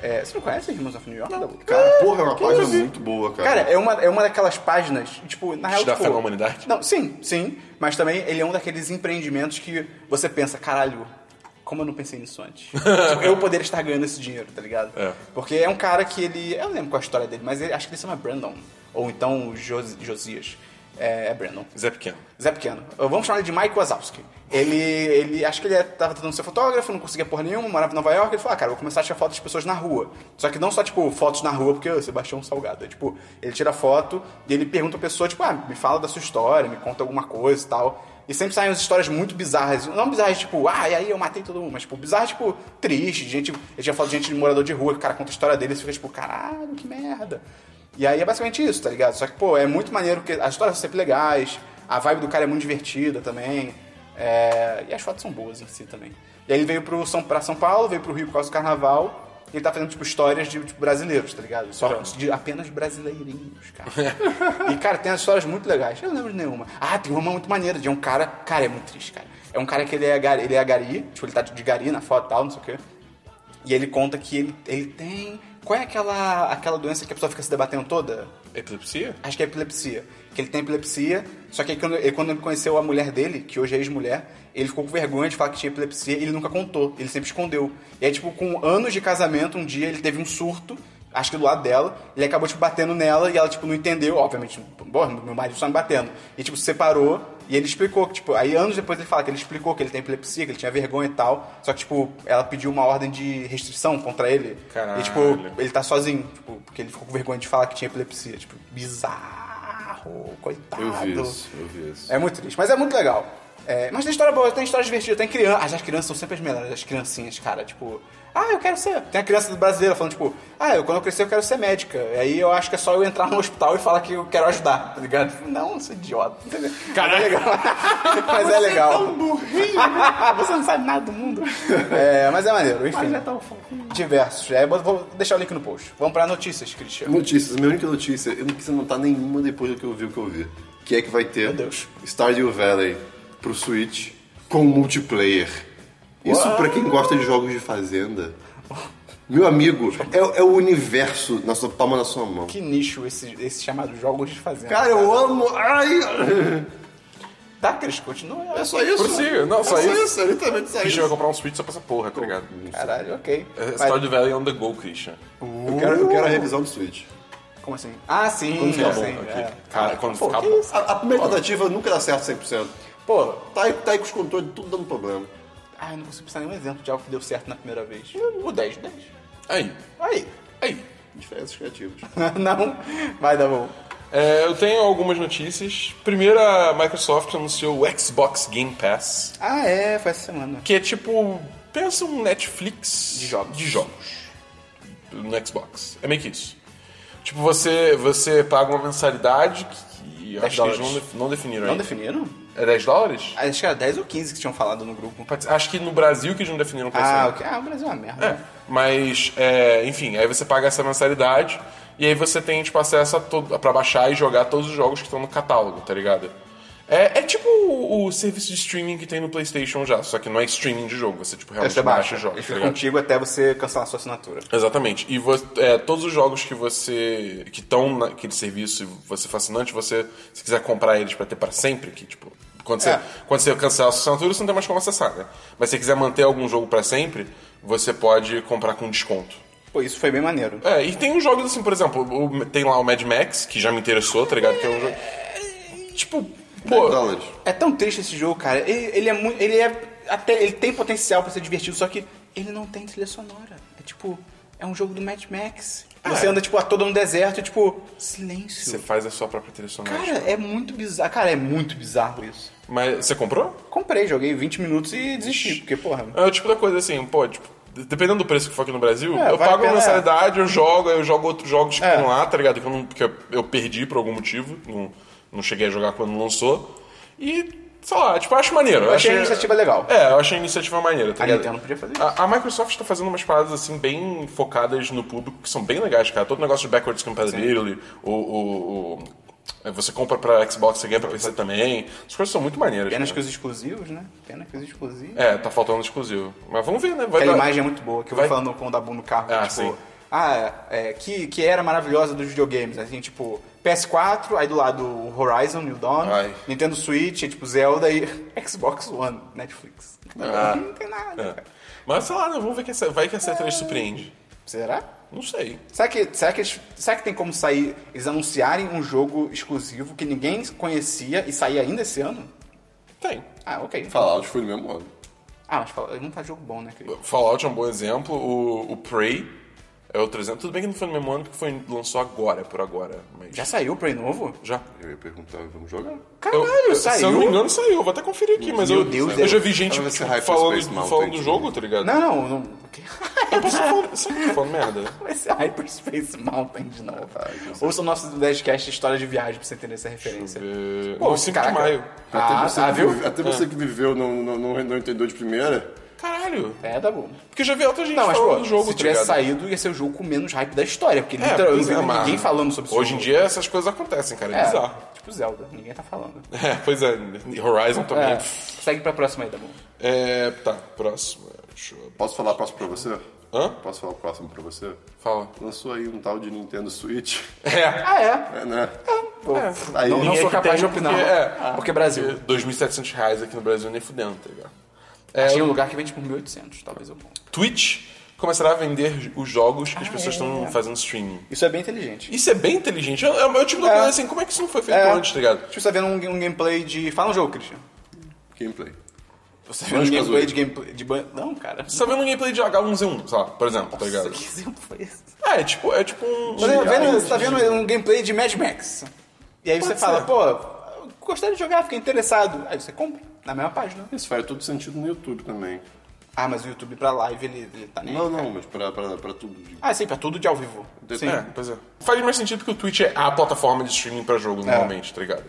É, você não conhece Humans of New York? Dabu? Cara, porra, é uma página muito boa, cara. Cara, é uma, é uma daquelas páginas, tipo, na real. dá tipo, fé na humanidade? Não, sim, sim. Mas também ele é um daqueles empreendimentos que você pensa, caralho, como eu não pensei nisso [LAUGHS] antes? Tipo, eu poderia estar ganhando esse dinheiro, tá ligado? É. Porque é um cara que ele. Eu não lembro qual é a história dele, mas ele, acho que ele se chama Brandon. Ou então Jos- Josias. É, é Brandon. Zé Pequeno. Zé Pequeno. Vamos chamar ele de Mike Wazowski. Ele, ele, acho que ele é, tava tentando ser fotógrafo, não conseguia porra nenhuma, morava em Nova York. Ele falou, ah, cara, eu vou começar a tirar fotos de pessoas na rua. Só que não só, tipo, fotos na rua, porque o Sebastião Salgado. É, tipo, ele tira foto e ele pergunta a pessoa, tipo, ah, me fala da sua história, me conta alguma coisa e tal. E sempre saem umas histórias muito bizarras. Não bizarras, tipo, ah, e aí eu matei todo mundo, mas, tipo, bizarras, tipo, triste. de Gente, eu tinha falado de gente de morador de rua, que o cara conta a história dele e você fica, tipo, caralho, que merda. E aí é basicamente isso, tá ligado? Só que, pô, é muito maneiro, porque as histórias são sempre legais, a vibe do cara é muito divertida também, é, e as fotos são boas em si também. E aí ele veio pro São, pra São Paulo, veio pro Rio por causa do carnaval, e ele tá fazendo, tipo, histórias de tipo, brasileiros, tá ligado? Só de apenas brasileirinhos, cara. e, cara, tem as histórias muito legais. Eu não lembro de nenhuma. Ah, tem uma muito maneira, de um cara... Cara, é muito triste, cara. É um cara que ele é, gari, ele é gari, tipo, ele tá de gari na foto e tal, não sei o quê. E ele conta que ele, ele tem. Qual é aquela, aquela doença que a pessoa fica se debatendo toda? Epilepsia? Acho que é epilepsia. Que ele tem epilepsia, só que aí quando ele, quando ele conheceu a mulher dele, que hoje é ex-mulher, ele ficou com vergonha de falar que tinha epilepsia e ele nunca contou, ele sempre escondeu. E aí, tipo, com anos de casamento, um dia ele teve um surto, acho que do lado dela, ele acabou, tipo, batendo nela e ela, tipo, não entendeu, obviamente, pô, meu marido está me batendo. E, tipo, se separou e ele explicou que, tipo, aí anos depois ele fala que ele explicou que ele tem epilepsia, que ele tinha vergonha e tal, só que, tipo, ela pediu uma ordem de restrição contra ele. E, tipo, Caralho. ele tá sozinho, tipo, porque ele ficou com vergonha de falar que tinha epilepsia. Tipo, bizarro, coitado. Eu vi isso, eu vi isso. É muito triste, mas é muito legal. É, mas tem história boa, tem história divertida, tem criança. As, as crianças são sempre as melhores, as criancinhas, cara. Tipo, ah, eu quero ser. Tem a criança brasileira falando, tipo, ah, eu, quando eu crescer eu quero ser médica. E aí eu acho que é só eu entrar no hospital e falar que eu quero ajudar, tá ligado? Não, você é idiota. entendeu? Mas é legal. [LAUGHS] mas é legal. [LAUGHS] Você não sabe nada do mundo. É, mas é maneiro, enfim. Diversos. É, vou- vou deixar o link no post. Vamos pra notícias, Christian. Notícias, minha única notícia, eu não quis anotar nenhuma depois do que eu vi o que eu vi. Que é que vai ter Deus. Stardew Valley pro Switch com multiplayer. Isso pra quem gosta de jogos de fazenda. Meu amigo, é, é o universo na sua palma da sua mão. Que nicho esse, esse chamado Jogos de Fazenda. Cara, eu amo. Ai! Tá, Cris, continua. É só isso. Prossiga, não, só é isso. É literalmente só Christian vai isso. comprar um Switch só pra essa porra, tá ligado? Caralho, ok. É Mas- Stardew Valley on the go, Christian. Eu quero, eu quero a revisão do Switch. Como assim? Ah, sim. Quando fica é, bom, sim, Aqui. é. Cara, quando Pô, ficar que bom. isso? a, a primeira tentativa nunca dá certo 100%. Pô, Tá aí, tá aí com os controles tudo dando problema. ah, eu não consigo pensar em nenhum exemplo de algo que deu certo na primeira vez. O 10 10. Aí, Aí. [LAUGHS] aí. Diferenças criativas. não, vai dar bom. É, eu tenho algumas notícias. Primeiro, a Microsoft anunciou o Xbox Game Pass, Ah, é, foi essa semana. que é tipo, pensa um Netflix De jogos. de jogos no Xbox. É meio que isso. Tipo, você, você paga uma mensalidade que, que eu 10 acho que eles dólares. não, def- não definiram Não ainda. definiram? É 10 dólares? Acho que era 10 ou 15 que tinham falado no grupo. Pode ser. Acho que no Brasil que eles não definiram pra Ah, ser. ok. Ah, o Brasil é uma merda. É, mas, é, enfim, aí você paga essa mensalidade e aí você tem, tipo, acesso a todo, pra baixar e jogar todos os jogos que estão no catálogo, tá ligado? É, é tipo o, o serviço de streaming que tem no PlayStation já, só que não é streaming de jogo, você, tipo, realmente Você baixa baixa, é os jogos, ele tá fica ligado? contigo até você cancelar sua assinatura. Exatamente. E vo- é, todos os jogos que você. que estão naquele serviço e você fascinante, você, se quiser comprar eles pra ter pra sempre, que tipo. Quando você, É. quando você cancelar a sua assinatura, você não tem mais como acessar, né? Mas se você quiser manter algum jogo pra sempre, você pode comprar com desconto. Pô, isso foi bem maneiro. É, e tem uns jogos assim, por exemplo, o- tem lá o Mad Max, que já me interessou, tá ligado? Que é um jogo. Tipo, pô. dólares. É tão triste esse jogo, cara. Ele, ele é muito. Ele é. Até, ele tem potencial pra ser divertido, só que ele não tem trilha sonora. É tipo. É um jogo do Mad Max. Você anda, tipo, a toda no deserto e, tipo, silêncio. Você faz a sua própria trilha sonora. Cara, é muito bizarro. Cara, é muito bizarro isso. Mas você comprou? Comprei, joguei 20 minutos e desisti, porque, porra. É o tipo da coisa assim, pô, tipo, dependendo do preço que for aqui no Brasil, É, eu vale a pago a pena, mensalidade, eu jogo, aí eu jogo outros jogos que É. estão lá, tá ligado? Que eu, não, que eu- eu perdi por algum motivo, não, não cheguei a jogar quando lançou. E, sei lá, tipo, eu acho maneiro. Eu achei a iniciativa legal. É, eu achei a iniciativa maneira, tá A ligado? Nintendo podia fazer A- A, Microsoft tá fazendo umas paradas, assim, bem focadas no público, que são bem legais, cara. Todo negócio de backwards compatibility, o... o- o- é, você compra pra Xbox, você ganha pra PC também. As coisas são muito maneiras. Pena que cara. os exclusivos, né? Pena que os exclusivos. É, tá faltando exclusivo. Mas vamos ver, né? Vai Aquela dar- imagem é muito boa, que eu vou Vai- falando com o Dabu no carro, Ah, tipo... sim. Ah, é, que, que era maravilhosa dos videogames, assim, tipo... PS4, aí do lado o Horizon New Dawn, Ai. Nintendo Switch, é, tipo Zelda e [LAUGHS] Xbox One, Netflix. Ah. Não tem nada, É. cara. Mas sei lá, né? Vamos ver que essa, vai que essa E3 surpreende. Será? Não sei. Será que, será, que eles- será que tem como sair... Eles anunciarem um jogo exclusivo que ninguém conhecia e sair ainda esse ano? Tem. Ah, ok. Fallout foi do mesmo ano. Ah, mas fala, não tá jogo bom, né, querido? Fallout é um bom exemplo. O, o Prey é outro exemplo. Tudo bem que não foi no mesmo ano, porque foi, lançou agora, por agora. Mas Já saiu o Prey novo? Já. Eu ia perguntar, vamos jogar? Caralho, Eu- eu- saiu? Se eu não me engano, saiu. Vou até conferir aqui, mas Meu eu, Deus, é. eu já deve- vi gente deve ser tipo, Hyperspace falando, Mountain, falando do né? jogo, tá ligado? Não, Ah, é. não, não. o quê? Eu posso falar, sabe que eu tô falando [LAUGHS] merda? Vai ser Hyperspace Mountain de novo. Ouça o nosso 10cast de História de Viagem pra você entender essa referência. Pô, 5 caraca. de maio. Ah, até você, ah, que, viu? vive- até você que viveu não, não, não, não entendeu de primeira. Caralho. É, tá bom. Porque eu já vi outra gente Não, mas falando pô, do jogo, se tá tivesse ligado? saído, ia ser o jogo com menos hype da história, porque É, literalmente pois é, eu não vi mas- ninguém falando sobre isso. Hoje em dia essas coisas acontecem, cara. É, é, bizarro. [LAUGHS] tipo Zelda, ninguém tá falando. É, pois é. Horizon também. É, segue pra próxima aí, tá bom. É, tá, próximo. Deixa eu... Posso falar o próximo pra você? Hã? Posso falar o próximo pra você? Fala. Lançou aí um tal de Nintendo Switch. [LAUGHS] É. Ah, é? É, né? Pô, Aí, Não, não Ninguém sou que capaz de tem, opinar. Ah. porque- é. Porque Brasil. 2.700 reais aqui no Brasil nem fudendo, tá ligado? É, Achei um lugar que vende por 1.800, talvez eu compre. Twitch começará a vender os jogos que as Ah, pessoas é. estão fazendo streaming. Isso é bem inteligente. Isso é bem inteligente. É o meu tipo da É. coisa assim, como é que isso não foi feito antes, tá ligado? Tipo, você tá vendo um, um gameplay de... Fala um jogo, Christian. gameplay. Você tá vendo um é Banjo-Kazooie. gameplay de gameplay... De... ban- Não, cara. Você tá vendo um gameplay de H1Z1, sei lá, por exemplo, tá ligado? Que exemplo foi esse? É, é tipo, é tipo um. Você tá vendo, você tá um- vendo um gameplay de Mad Max. E aí você Pode fala, ser. pô, eu gostaria de jogar, fiquei interessado. Aí você compra, na mesma página. Isso faz todo sentido no YouTube também. Ah, mas o YouTube pra live, ele, ele tá nem... Não, não, mas pra, pra, pra tudo. Ah, sim, pra tudo de ao vivo. De- Sim. É, pois é. Faz mais sentido porque o Twitch é a plataforma de streaming pra jogo normalmente, tá ligado?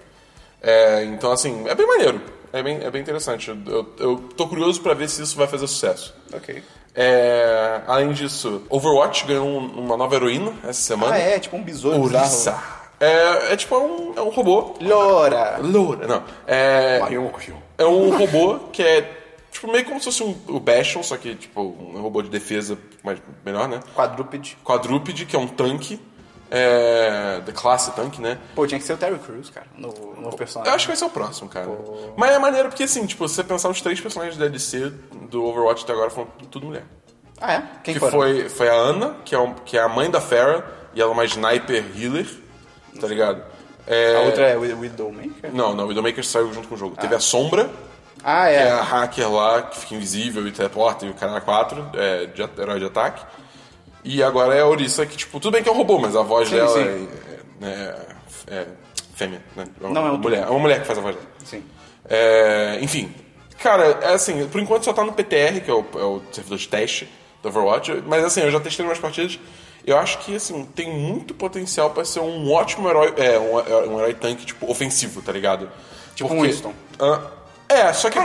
É, então, assim, é bem maneiro. É bem, é bem interessante. Eu, eu, eu tô curioso pra ver se isso vai fazer sucesso. Ok. É, além disso, Overwatch ganhou um- uma nova heroína essa semana. Ah, é, tipo um besouro bizarro. Orisa. É, é tipo um, é um robô. Lora. Loura. Não. É, é um robô que é tipo meio como se fosse um, o Bastion, só que tipo um robô de defesa mais, melhor, né? Quadrúpede. quadrúpede, que é um tanque. É, da classe tanque, né? Pô, tinha que ser o Terry Crews, cara, o novo, o novo personagem. Eu acho que vai ser o próximo, cara. Mas é maneiro porque, assim, tipo, você pensar os três personagens da DLC do Overwatch até agora foram tudo mulher. Ah, é? Quem Que foram? foi, foi a Ana, que é, um- que é a mãe da Farah, E ela é uma sniper healer, tá ligado? É... A outra é Wi- Widowmaker? Não, não, o Widowmaker saiu junto com o jogo. Teve a Sombra, Ah, que é é. a hacker lá, que fica invisível e teleporta, e o cara 4, é, de, at- herói de ataque. E agora é a Orisa, que, tipo, tudo bem que é um robô, mas a voz dela sim. É, é- é fêmea, né? Não, é um- mulher. É uma mulher que faz a voz dela. Sim. É, enfim, cara, é assim, por enquanto só tá no PTR, que é o, é o servidor de teste do Overwatch, mas assim, eu já testei umas partidas. Eu acho que assim, tem muito potencial pra ser um ótimo herói, é, um, um herói tanque, tipo, ofensivo, tá ligado? Tipo um Winston. é, só que.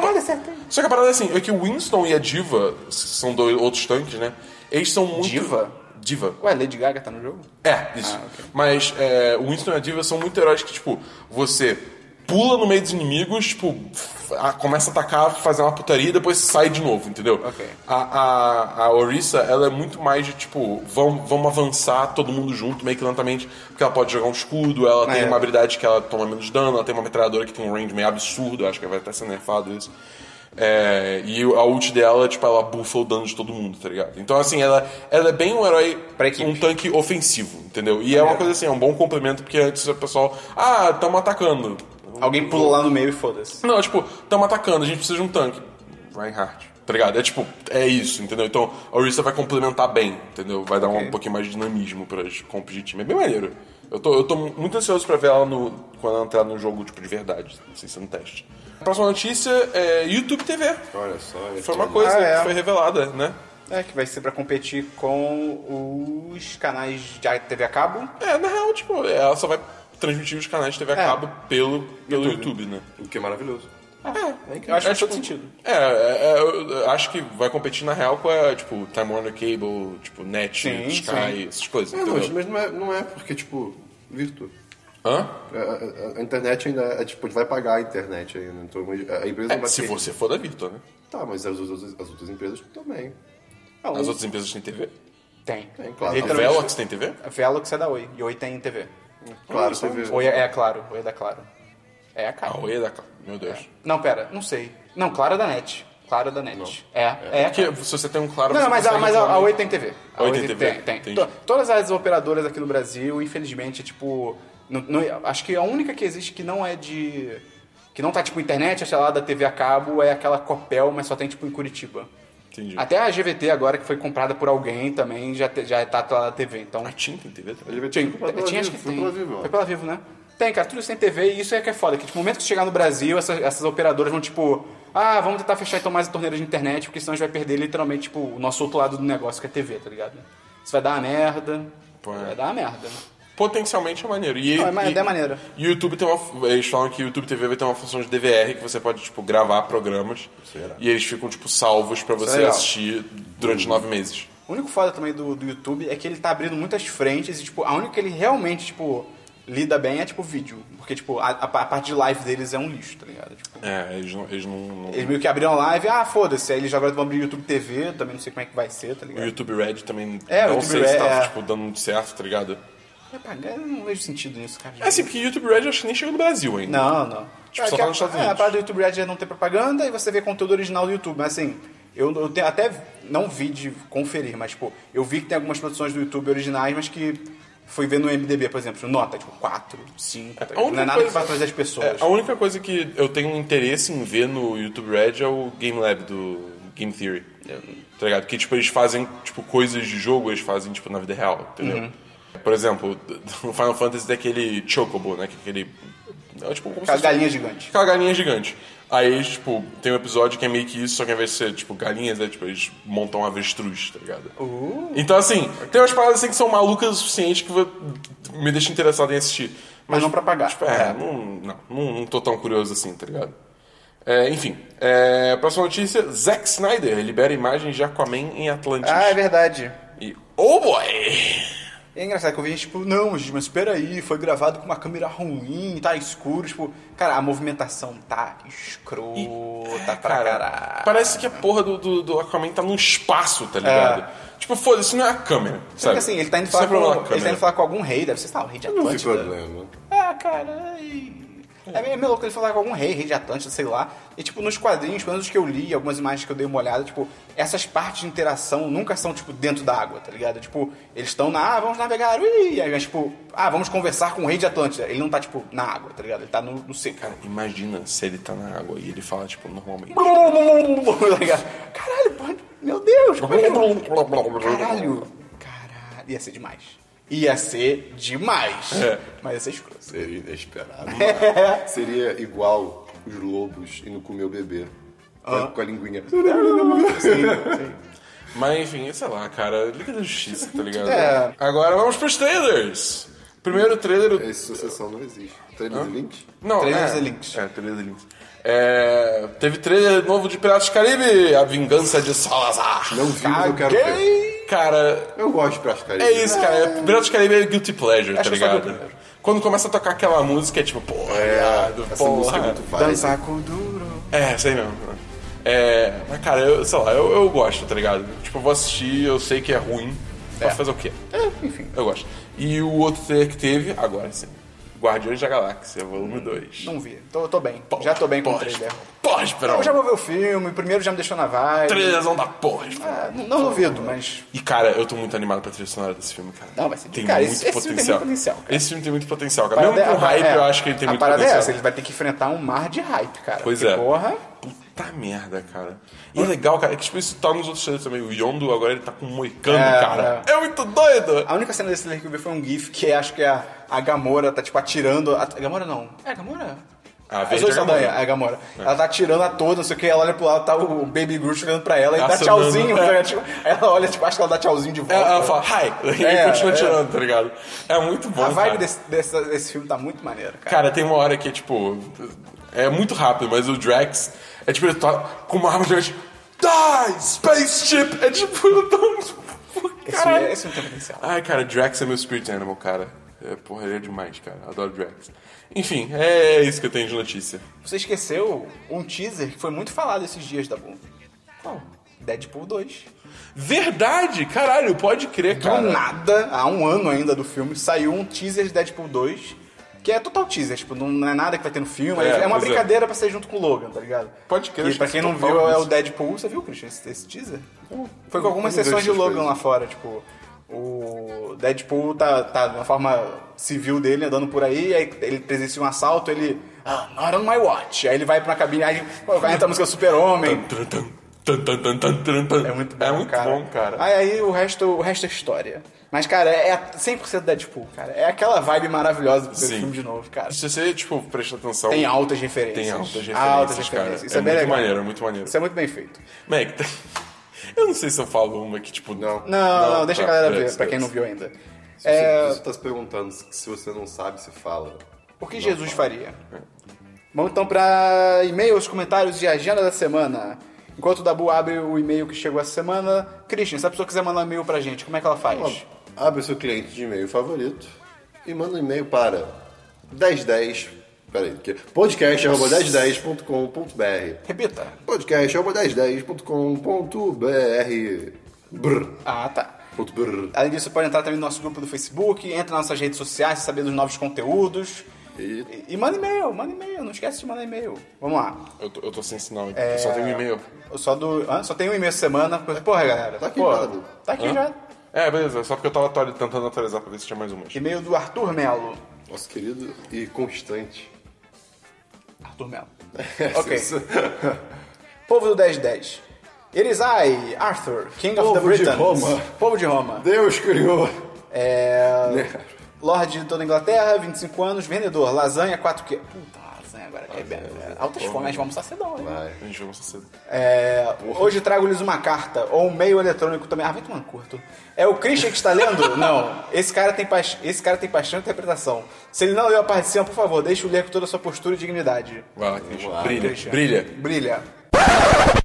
só que a parada é assim, é que o Winston e a Diva, s- são dois outros tanques, né? Eles são muito. Diva? Diva. Ué, Lady Gaga tá no jogo? É, isso. Ah, Mas é, o Winston e a Diva são muito heróis que, tipo, você pula no meio dos inimigos, tipo, f- a- começa a atacar, fazer uma putaria e depois sai de novo, entendeu? Ok. A, a, a Orisa, ela é muito mais de, tipo, vamos, vamos avançar todo mundo junto, meio que lentamente, porque ela pode jogar um escudo, ela tem é. uma habilidade que ela toma menos dano, ela tem uma metralhadora que tem um range meio absurdo, acho que vai até ser nerfado isso. É, e a ult dela, tipo, ela bufa o dano de todo mundo, tá ligado? Então, assim, ela, ela é bem um herói, Pra equipe. um tanque ofensivo, entendeu? E é uma coisa assim, é um bom complemento, porque antes o pessoal, ah, tamo atacando. Alguém pula lá no meio e foda-se. Não, tipo, tamo atacando, a gente precisa de um tanque. Reinhardt. Tá ligado? É tipo, é isso, entendeu? Então a Orisa vai complementar bem, entendeu? Vai dar um pouquinho mais de dinamismo pras compras de time. É bem maneiro. Eu tô, eu tô muito ansioso pra ver ela no, quando ela entrar no jogo, tipo, de verdade, sem ser no teste. Próxima notícia é YouTube TV. Olha só. Foi uma coisa Ah, é. que foi revelada, né? É, que vai ser pra competir com os canais de TV a cabo. É, na real, tipo, ela só vai transmitir os canais de TV a É. cabo pelo, pelo YouTube, né? O que é maravilhoso. Eu acho que faz tipo, todo sentido. É, é, é, eu eu acho que vai competir na real com a, tipo, Time Warner Cable, tipo, Net, Sim, Sky, sim. essas coisas, É, não, entendeu? mas não é, não é porque, tipo, virtu. Hã? A, a- a internet ainda, é, tipo, vai pagar a internet ainda. Então a empresa É, vai se ter- você for da Virtua, né? Tá, mas as, outras- as outras empresas também. Não, As outras empresas têm TV? Tem. Tem, claro. A Literalmente. Velox tem TV? A Velox é da Oi. E Oi tem TV. Claro, você vê. Oi é, é a Claro. Oi é da Claro. É a A Claro. Oi é da... Cla- Meu Deus. Não, pera. Não sei. Não, Claro é da NET. Claro é da NET. É. É, a Porque se você tem um claro... Não, você não, mas, a, consegue mas a, falar a Oi muito. tem TV. A Oi tem TV? Tem, tem. Entendi. To- todas as operadoras aqui no Brasil, infelizmente, tipo... não- não- acho que a única que existe que não é de... Que não tá, tipo, internet, sei lá, da TV a cabo, é aquela Copel, mas só tem, tipo, em Curitiba. Entendi. Até a GVT agora, que foi comprada por alguém também, já, te- já tá lá na TV. Então, A TIM tem TV também? Ele tinha, vai ter tinha acho Vivo, que foi tem. pela Vivo, ó. Foi pela Vivo, né? Tem, cara, tudo isso tem TV e isso é que é foda, que tipo, no momento que chegar no Brasil, essas, essas operadoras vão tipo, ah, vamos tentar fechar então mais a torneira de internet, porque senão a gente vai perder literalmente tipo, o nosso outro lado do negócio que é TV, tá ligado? Isso vai dar uma merda. Pô, é. Vai dar uma merda. Potencialmente é maneiro. E, Não, é ma- e, é maneiro. E o YouTube tem uma. Eles falam que o YouTube TV vai ter uma função de DVR que você pode, tipo, gravar programas. E eles ficam, tipo, salvos pra é você legal. assistir durante nove meses. O único foda também do, do YouTube é que ele tá abrindo muitas frentes e, tipo, a única que ele realmente, tipo, lida bem é, tipo, vídeo. Porque, tipo, a, a pa- a parte de live deles é um lixo, tá ligado? Tipo, É, eles não. Eles não, não- eles meio que abriram a live, ah, foda-se, aí eles agora vão abrir o YouTube TV, também não sei como é que vai ser, tá O ligado? YouTube Red também É, o não YouTube sei se Red, tá, é. tipo, dando muito certo, tá ligado? É, pá, eu não vejo sentido nisso, cara. É assim, porque o YouTube Red eu acho que nem chegou no Brasil ainda. Não, não. Tipo, É só que tá a- nos Estados é, A Unidos. parada do YouTube Red é não ter propaganda e você vê conteúdo original do YouTube. Mas assim, eu, eu te- até não vi de conferir, mas tipo, eu vi que tem algumas produções do YouTube originais, mas que fui ver no MDB, por exemplo, nota, tipo, 4, 5, tá ligado? não é única nada coisa- que vai trazer as É, pessoas. a única coisa que eu tenho interesse em ver no YouTube Red é o Game Lab do Game Theory. Tá ligado? Que, tipo, eles fazem, tipo, coisas de jogo, eles fazem, tipo, na vida real, entendeu? Por exemplo, [LAUGHS] no Final Fantasy tem aquele Chocobo, né? Que é aquele... É, tipo, como se Aquela fosse- galinha gigante. Aquela galinha gigante. Aí, tipo, tem um episódio que é meio que isso, só que ao invés de ser, tipo, galinhas, é, tipo, eles montam um avestruz, tá ligado? Então, assim, tem umas paradas assim que são malucas o suficiente que vou- me deixa interessado em assistir. Mas não pra pagar. Tipo, é, não, não, não, não tô tão curioso assim, tá ligado? É, enfim, é, próxima notícia: Zack Snyder libera imagens de Aquaman em Atlantis. Ah, é verdade. E, oh boy! E é engraçado que eu vi, tipo, não, gente, mas peraí, foi gravado com uma câmera ruim, tá escuro, tipo, cara, a movimentação tá escrota pra caralho. parece que a porra do, do, do Aquaman tá num espaço, tá ligado? Tipo, foda-se, isso não é a câmera. Sabe? Porque assim, ele tá indo Isso não falar é problema da com, ele tá câmera. indo falar com algum rei, deve ser, sei lá, o rei de Não tem Atlântida. problema. Ah, cara, ai. É meio, é meio louco ele falar com algum rei, rei de Atlântida, sei lá. E, tipo, nos quadrinhos, pelo menos os que eu li, algumas imagens que eu dei uma olhada, tipo, essas partes de interação nunca são, tipo, dentro da água, tá ligado? Tipo, eles estão na, ah, vamos navegar, ui! Aí, mas, tipo, ah, vamos conversar com o rei de Atlântida. Ele não tá, tipo, na água, tá ligado? Ele tá no, no seco. Cara, imagina se ele tá na água e ele fala, tipo, normalmente. Tá ligado? Caralho, pô, meu Deus, como é que eu- Caralho! Caralho, ia ser demais. Ia ser demais. É. Mas ia ser escroto. Seria inesperado. [LAUGHS] Seria igual os lobos indo comer o bebê. Com a- Com a linguinha. Mas enfim, sei lá, cara. Liga da Justiça, tá ligado? É. Agora vamos pros trailers. Primeiro trailer. Essa sucessão não existe. Tá Trailer de Lynch? Não, Trailers é, e links. É, trailers e links. É, teve trailer novo de Piratas do Caribe, A Vingança de Salazar. Não vi, mas eu quero ver. Caguei! Cara, Eu gosto de praticar é isso, cara. é- Piratas do Caribe é Guilty Pleasure, Acho tá que eu só vi o ligado? Quando começa a tocar aquela música, é tipo, pô, é, do Essa música é muito vibe. Dançar com duro. É, sei mesmo. É, mas cara, eu, sei lá, eu, eu gosto, tá ligado? Tipo, eu vou assistir, eu sei que é ruim, mas fazer o quê? É, enfim. Eu gosto. E o outro trailer que teve, agora sim, Guardiões da Galáxia, volume 2. Não vi. Tô, tô bem. já tô bem com o trailer. Porra, Esperão. Eu já vou ver o filme, o primeiro já me deixou na vibe. Trailerzão da porra, Esperão. Ah, não, não duvido, mas. E cara, eu tô muito animado pra trilha sonora desse filme, cara. Não, vai ser- tem cara, muito esse- esse filme tem potencial. muito potencial, cara. Esse filme tem muito potencial, cara. parada Mesmo com é- hype, é, eu acho que ele tem a muito parada potencial. é essa, ele vai ter que enfrentar um mar de hype, cara. Pois Porque, é. Porra. Puta Tá merda, cara. E é legal, cara, é que tipo, isso tá nos outros trailers também. O Yondo agora ele tá com um moicano, É, cara. É. muito doido! A única cena desse trailer que eu vi foi um GIF que acho que a, a Gamora tá, tipo, atirando. A, a Gamora não. É a Gamora? A A verde Zoe é a Gamora. Saldanha, é a Gamora. Ela tá atirando a toda, não sei o que, ela olha pro lado, tá o Baby Groot olhando pra ela e dá Acenando. tchauzinho. É. tá ligado? Tipo, ela olha, tipo, acho que ela dá tchauzinho de volta. Ela, ela fala, hi! [LAUGHS] E É, ele continua é. tirando, tá ligado? É muito bom. a vibe cara. desse, desse, desse filme tá muito maneira, cara. Cara, tem uma hora que é tipo. É muito rápido, mas o Drax é tipo, ele tá com uma arma gigante. Die! Spaceship! É tipo, [LAUGHS] eu tô. Esse filme, Caralho. é- esse filme tem potencial. Ai, cara, Drax é meu spirit animal, cara. É, porra, ele é demais, cara. Adoro Drax. Enfim, é isso que eu tenho de notícia. Você esqueceu um teaser que foi muito falado esses dias, da Boom. Qual? Deadpool 2. Verdade! Caralho, pode crer, Do cara. nada, há um ano ainda do filme, saiu um teaser de Deadpool 2, que é total teaser, tipo, não não é nada que vai ter no filme, É, é, uma pois é. brincadeira pra ser junto com o Logan, tá ligado? Pode crer, E pra acho quem que não total viu, é isso. o Deadpool, você viu, Christian, esse, esse teaser? Foi com não algumas vejo sessões de essas Logan coisas. lá fora, tipo, o Deadpool tá, tá na forma civil dele, andando por aí, aí ele presencia um assalto, ele... Ah, not on my watch. Aí ele vai pra uma cabine, aí entra a música Super-Homem. Tan, tan, tan, tan, tan, tan, tan, tan. É muito bom, É muito cara. bom, cara. Aí, aí o, resto, o resto é história. Mas, cara, é 100% Deadpool, cara. É aquela vibe maravilhosa do Sim. filme de novo, cara. Se você, tipo, presta atenção. Tem altas referências. Tem altas referências, Altas cara. referências. Isso é, é, bem muito legal. maneiro, é muito maneiro. Isso é muito bem feito. Mac, [LAUGHS] tem- eu não sei se eu falo uma que, tipo... Não. Não, não, Não, deixa tá, a galera ver, beleza, pra quem beleza. não viu ainda. Se É, Você, você tá se perguntando se se você não sabe, você fala. o que Jesus faria? Vamos então pra e-mails, comentários e agenda da semana. Enquanto o Dabu abre o e-mail que chegou essa semana, Christian, se a pessoa quiser mandar um e-mail pra gente, como é que ela faz? Abre o seu cliente de e-mail favorito e manda um e-mail para 1010. Peraí, que- é podcast.1010.com.br Repita. podcast.1010.com.br Brr. Ah, tá. Ponto brr. Além disso, você pode entrar também no nosso grupo do Facebook, entra nas nossas redes sociais, saber dos novos conteúdos. E- E, e manda e-mail, manda e-mail, não esquece de mandar e-mail. Vamos lá. Eu tô, eu tô sem sinal aqui, É. eu só tenho um e-mail. Eu só, do, hã? só tem um e-mail essa semana. coisa- Porra, galera. Tá aqui, Pô, cara. Tá aqui já. É, beleza, só porque eu tava atuali- tentando atualizar pra ver se tinha mais uma. E-mail do Arthur Melo. Nosso querido e constante. [LAUGHS] Arthur Melo. ok. [LAUGHS] Povo do 1010. Erisai, Arthur, King of Povo the de Britons. Roma. Povo de Roma. Deus criou. É... Né? Lorde de toda a Inglaterra, 25 anos, vendedor, lasanha, 4 que... Puta, lasanha agora. é bem- é, altas formas, vamos almoçar cedão, hein? Vai. A gente vai mostrar cedo. É, hoje trago-lhes uma carta, ou um meio eletrônico também. Ah, vai tomar um curto. É o Christian que está [LAUGHS] lendo? não. Esse cara tem, pa... Esse cara tem paixão e interpretação. Se ele não leu a parte de cima, por favor, deixe o ler com toda a sua postura e dignidade. Vai lá, Christian. brilha, brilha. Brilha.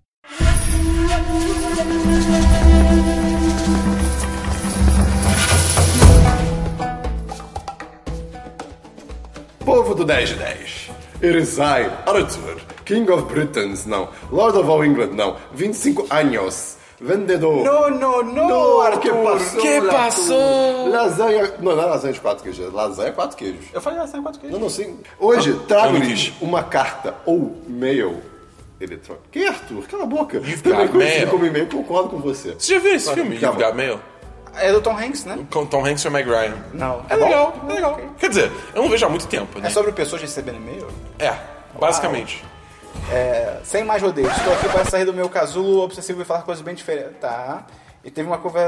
Povo do 1010. It is I, Arthur, King of Britons, não. Lord of all England, não. 25 anos. Vendedor. Não, não, não, Arthur. que passou? Que Arthur? passou? Lasanha. Não, não é lasanha de quatro queijos, é lasanha quatro queijos. Eu falei assim, quatro queijos. Não, não, sim. Hoje, trago-lhes entendi. uma carta ou mail eletrônico. Que Arthur? Cala a boca. Também got conhecido mail. como e-mail, concordo com você. Você já viu esse filme? Tá You've bom. Got Mail? É do Tom Hanks, né? Com Tom Hanks e Meg Ryan. Não. É bom? legal, é legal. Quer dizer, eu não vejo há muito tempo, né? É sobre pessoas recebendo e-mail? É, basicamente. Sem mais rodeios, estou aqui para sair do meu casulo obsessivo e falar coisas bem diferentes. Tá. E teve uma curva.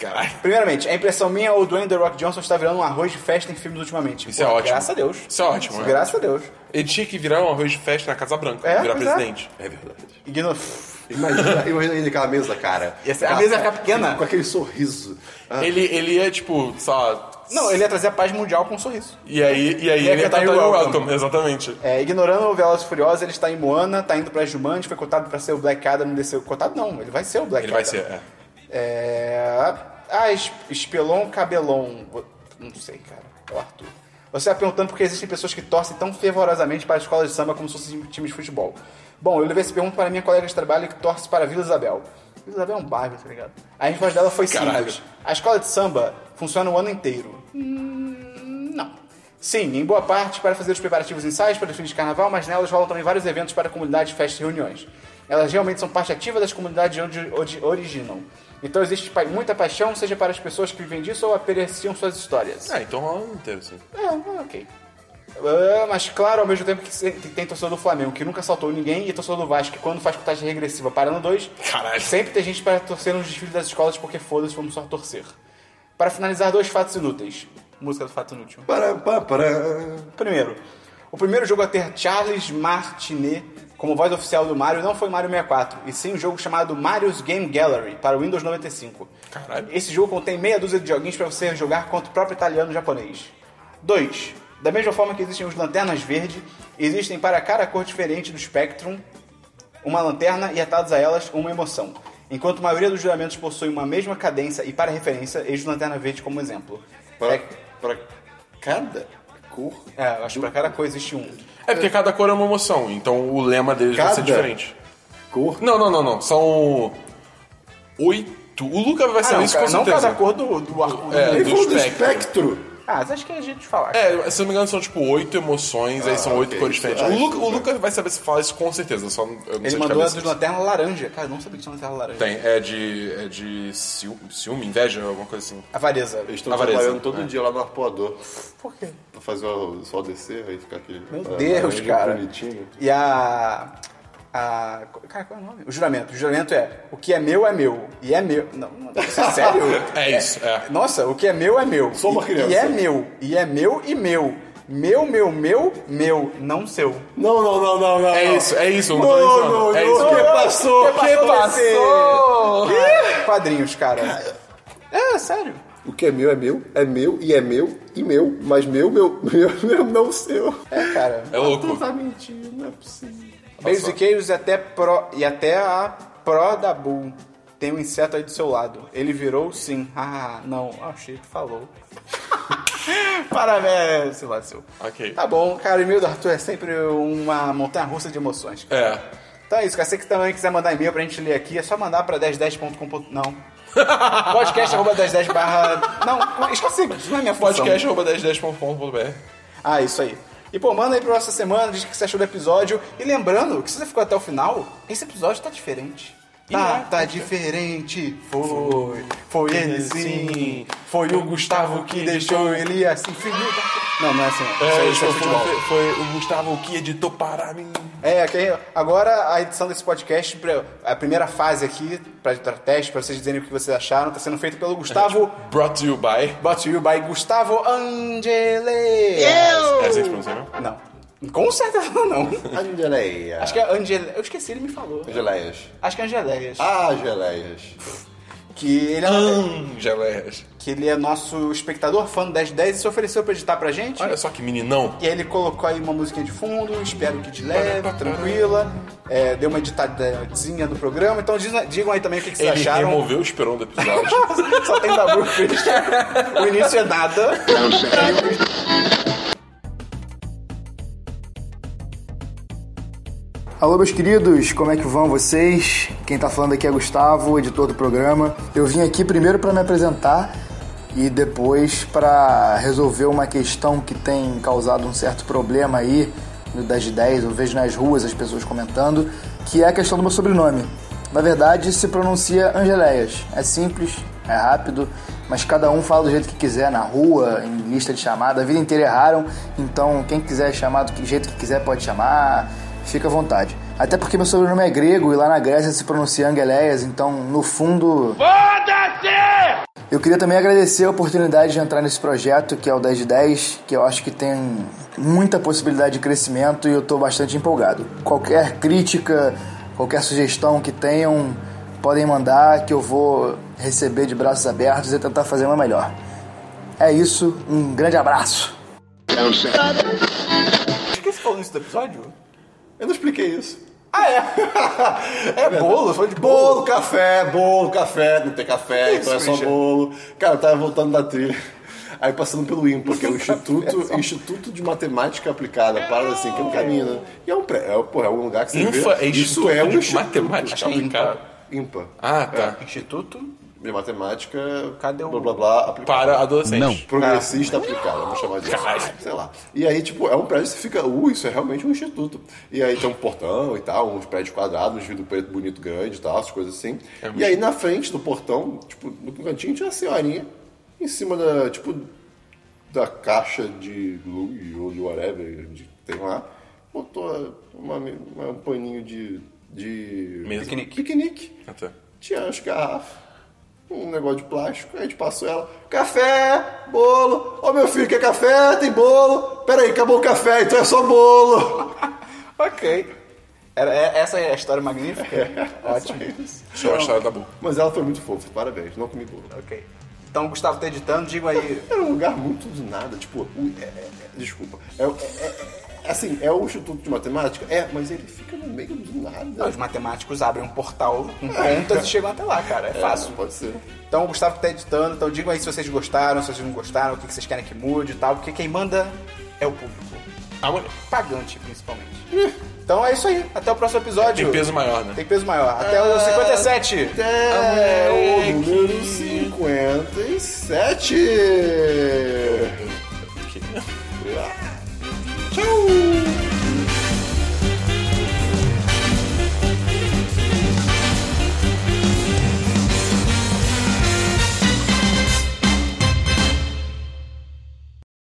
Caralho. Primeiramente, a impressão minha ou o Dwayne The Rock Johnson está virando um arroz de festa em filmes ultimamente. Isso é Pô, ótimo. Graças a Deus. Isso é ótimo, é Graças a Deus. Ele tinha que virar um arroz de festa na Casa Branca, É, virar pois é. presidente. É verdade. Ignora. Imagina, [LAUGHS] imagina ele com a mesa, cara. Ia ser- a Com mesa ia ficar pequena? Com aquele sorriso. Ah, Ele, ele ia, tipo, sei lá. Não, ele ia trazer a paz mundial com um sorriso. E aí, e aí Ia ele ia cantar cantar You're You're Welcome. Welcome, exatamente. É, ignorando o Veloz e Furioso, ele está em Moana, está indo para Jumanji, foi cotado para ser o Black Adam, não desceu. Cotado não, ele vai ser o Black Ele vai Adam. ser, é. É... Ah, es- Espelon Cabelon. Não sei, cara. É o Arthur. Você está perguntando por que existem pessoas que torcem tão fervorosamente para a escola de samba como se fossem times de futebol. Bom, eu levei essa pergunta para minha colega de trabalho que torce para Vila Isabel. Vila Isabel é um bairro, tá ligado? A resposta dela foi Caralho. simples. A escola de samba funciona o ano inteiro. Hum, não. Sim, em boa parte para fazer os preparativos e ensaios para os fins de carnaval, mas nelas rolam também vários eventos para a comunidade, festas e reuniões. Elas realmente são parte ativa das comunidades de onde, onde originam. Então existe pa- muita paixão, seja para as pessoas que vivem disso ou apreciam suas histórias. Ah, então rola inteiro, sim. É, ok. Ah, mas claro, ao mesmo tempo que se- que tem torcedor do Flamengo que nunca saltou ninguém e torcedor do Vasco que quando faz contagem regressiva para no 2, Caralho. sempre tem gente para torcer nos desfiles das escolas porque foda-se, vamos só torcer. Para finalizar, dois fatos inúteis. Música do fato inútil. Pará, pá, pará. Primeiro, o primeiro jogo a ter Charles Martinet como voz oficial do Mario não foi Mario 64, e sim um jogo chamado Mario's Game Gallery para o Windows 95. Caralho. Esse jogo contém meia dúzia de joguinhos para você jogar contra o próprio italiano e japonês. 2. Da mesma forma que existem os lanternas verde, existem para cada cor diferente do Spectrum uma lanterna e atados a elas uma emoção. Enquanto a maioria dos juramentos possui uma mesma cadência e para referência, eis o lanterna verde como exemplo. Para, É- para cada cor. é, eu acho que para cada cor existe um. É porque cada cor é uma emoção, então o lema deles vai ser Cada? diferente. Cor. Não, não, não, não. São oito. O Luca vai ser Ah, não, isso cara, com não certeza. cada cor do, do arco. É, Ele do falou do espectro. espectro. Ah, mas acho que é a gente falar. É, se não me engano, são tipo oito emoções, aí são Ah, oito ok. cores diferentes. Ah, o, isso, Luca, o tá. Luca vai saber se fala isso com certeza, só não- eu não Ele sei mandou a de dos cabeça. lanterna laranja. Cara, eu não sabia que tinha lanterna laranja. Tem, é de. É de ciúme, ciúme, inveja, alguma coisa assim. Avareza. Eles estão Avareza. trabalhando todo dia lá no arpoador. Por quê? Pra fazer o sol descer, aí ficar aquele. Meu ah, Deus, laranja cara. Bonitinho. E a. A. Cara, qual é o nome? O juramento. O juramento é: o que é meu é meu. E é meu. Não, não isso é sério? É isso, é. Nossa, o que é meu é meu. Sou uma E- criança. E é meu. E é meu e meu. Meu, meu, meu, meu, não seu. Não, não, não, não, não. É não. isso, é isso, eu não tô Não, brincando. não, É não. isso. Que passou? Que passou? passou? Ah, Quadrinhos, cara. É, sério. O que é meu é meu, é meu e é meu e meu, mas meu, meu, [LAUGHS] meu, meu não seu. É, cara. É louco. Tu tá mentindo, não é possível. Beijos e queijos e é até, pro, e até a Pro da Bull. Tem um inseto aí do seu lado. Ele virou sim. Ah, não. Ah, o Chico falou. [LAUGHS] Parabéns, sei lá, seu. Ok. Tá bom, cara. O e-mail do Arthur é sempre uma montanha russa de emoções. cara. É. Então é isso, cara. Se você que também quiser mandar e-mail pra gente ler aqui, é só mandar pra 1010.com. Não. Podcast arroba 1010 barra. Não, esqueci. Isso não é minha função. Podcast arroba 1010.com.br. Ah, isso aí. E pô, manda aí pra nossa semana, diz o que você achou do episódio. E lembrando que se você ficou até o final, esse episódio tá diferente. Tá, tá diferente. Foi, foi ele sim. Foi o Gustavo que deixou ele assim. filho da- Não, não é assim. não. Isso aí, isso é futebol. foi o Gustavo que editou para mim. É, ok. agora a edição desse podcast, pra- a primeira fase aqui, pra pra teste, pra vocês dizerem o que vocês acharam, tá sendo feito pelo Gustavo. Brought to you by. Brought to you by Gustavo Angele. É assim que se pronuncia, né? Não. Com certeza não. Angeleia. Acho que é Angele... Eu esqueci, ele me falou. Geleias. Acho que é Angeleias. Ah, geleias. Que, ele é, Hum, Geleias. que ele é nosso espectador, fã do 1010, e se ofereceu pra editar pra gente. Olha só que meninão. E aí ele colocou aí uma musiquinha de fundo, espero que de leve, tranquila. É, deu uma editadinha no programa. Então diz- digam aí também o que, que vocês Ele acharam. removeu o esperão do episódio. [LAUGHS] Só tem Dabu e Christian. O início é nada. Alô, meus queridos, como é que vão vocês? Quem tá falando aqui é Gustavo, editor do programa. Eu vim aqui primeiro para me apresentar e depois para resolver uma questão que tem causado um certo problema aí no 10 de 10, eu vejo nas ruas as pessoas comentando, que é a questão do meu sobrenome. Na verdade, se pronuncia Angeléias. É simples, é rápido, mas cada um fala do jeito que quiser, na rua, em lista de chamada. A vida inteira erraram, então quem quiser chamar do jeito que quiser pode chamar, fica à vontade. Até porque meu sobrenome é grego e lá na Grécia se pronuncia Angeléias, então no fundo. Eu queria também agradecer a oportunidade de entrar nesse projeto que é o 10 de 10, que eu acho que tem muita possibilidade de crescimento e eu estou bastante empolgado. Qualquer crítica, qualquer sugestão que tenham, podem mandar que eu vou receber de braços abertos e tentar fazer uma melhor. É isso, um grande abraço. Por que você falou isso do episódio? Eu não expliquei isso. Ah, é? É bolo, foi de Bolo, bolo. café, bolo, café, não tem café, Que então isso, é só Christian? bolo. Cara, eu tava voltando da trilha. [LAUGHS] Aí passando pelo IMPA, que é o Instituto, Instituto de Matemática Aplicada, parada assim, que é um caminho, né? E é um, pré, é, porra, é um lugar que você vê. Infa é Isso é um de instituto. matemática aplicada. IMPA. Ah, tá. Instituto? É. De matemática, Cadê o- blá blá blá, aplicada. Para adolescente. Não. Progressista aplicado, vamos chamar disso. Caralho. Sei lá. E aí, tipo, é um prédio que você fica, uh, isso é realmente um instituto. E aí tem um portão e tal, uns prédios quadrados, uns vidro preto bonito grande e tal, essas coisas assim. É e aí na frente do portão, tipo, no cantinho tinha uma senhorinha em cima da, tipo, da caixa de luz ou de whatever que tem lá, botou uma- uma- um paninho de. de Mesa. Piquenique. Piquenique. Ah, tá. Tinha as garrafas, um negócio de plástico, aí a gente passou ela, café, bolo, ó meu filho, quer café? Tem bolo, peraí, acabou o café, então é só bolo. Ok. Era, é- essa é a história magnífica? Ótimo. Deixa eu achar, tá bom. É, Mas ela foi muito fofa, parabéns, não comi bolo. Ok. Então, Gustavo tá editando, digo aí. Era um lugar muito do nada, tipo, o- é- é- é- desculpa, é, é- é- assim, é o Instituto de Matemática? É, mas ele fica no meio do Não, Os nada. matemáticos abrem um portal com contas e chegam até lá, cara. É fácil. pode ser. Então, o Gustavo tá editando. Então, digam aí se vocês gostaram, se vocês não gostaram, o que que vocês querem que mude e tal. Porque quem manda é o público. Ah, mano, Pagante, principalmente. Então, é isso aí. Até o próximo episódio. tem peso maior, né? Tem peso maior. Até o 57. É o número 57!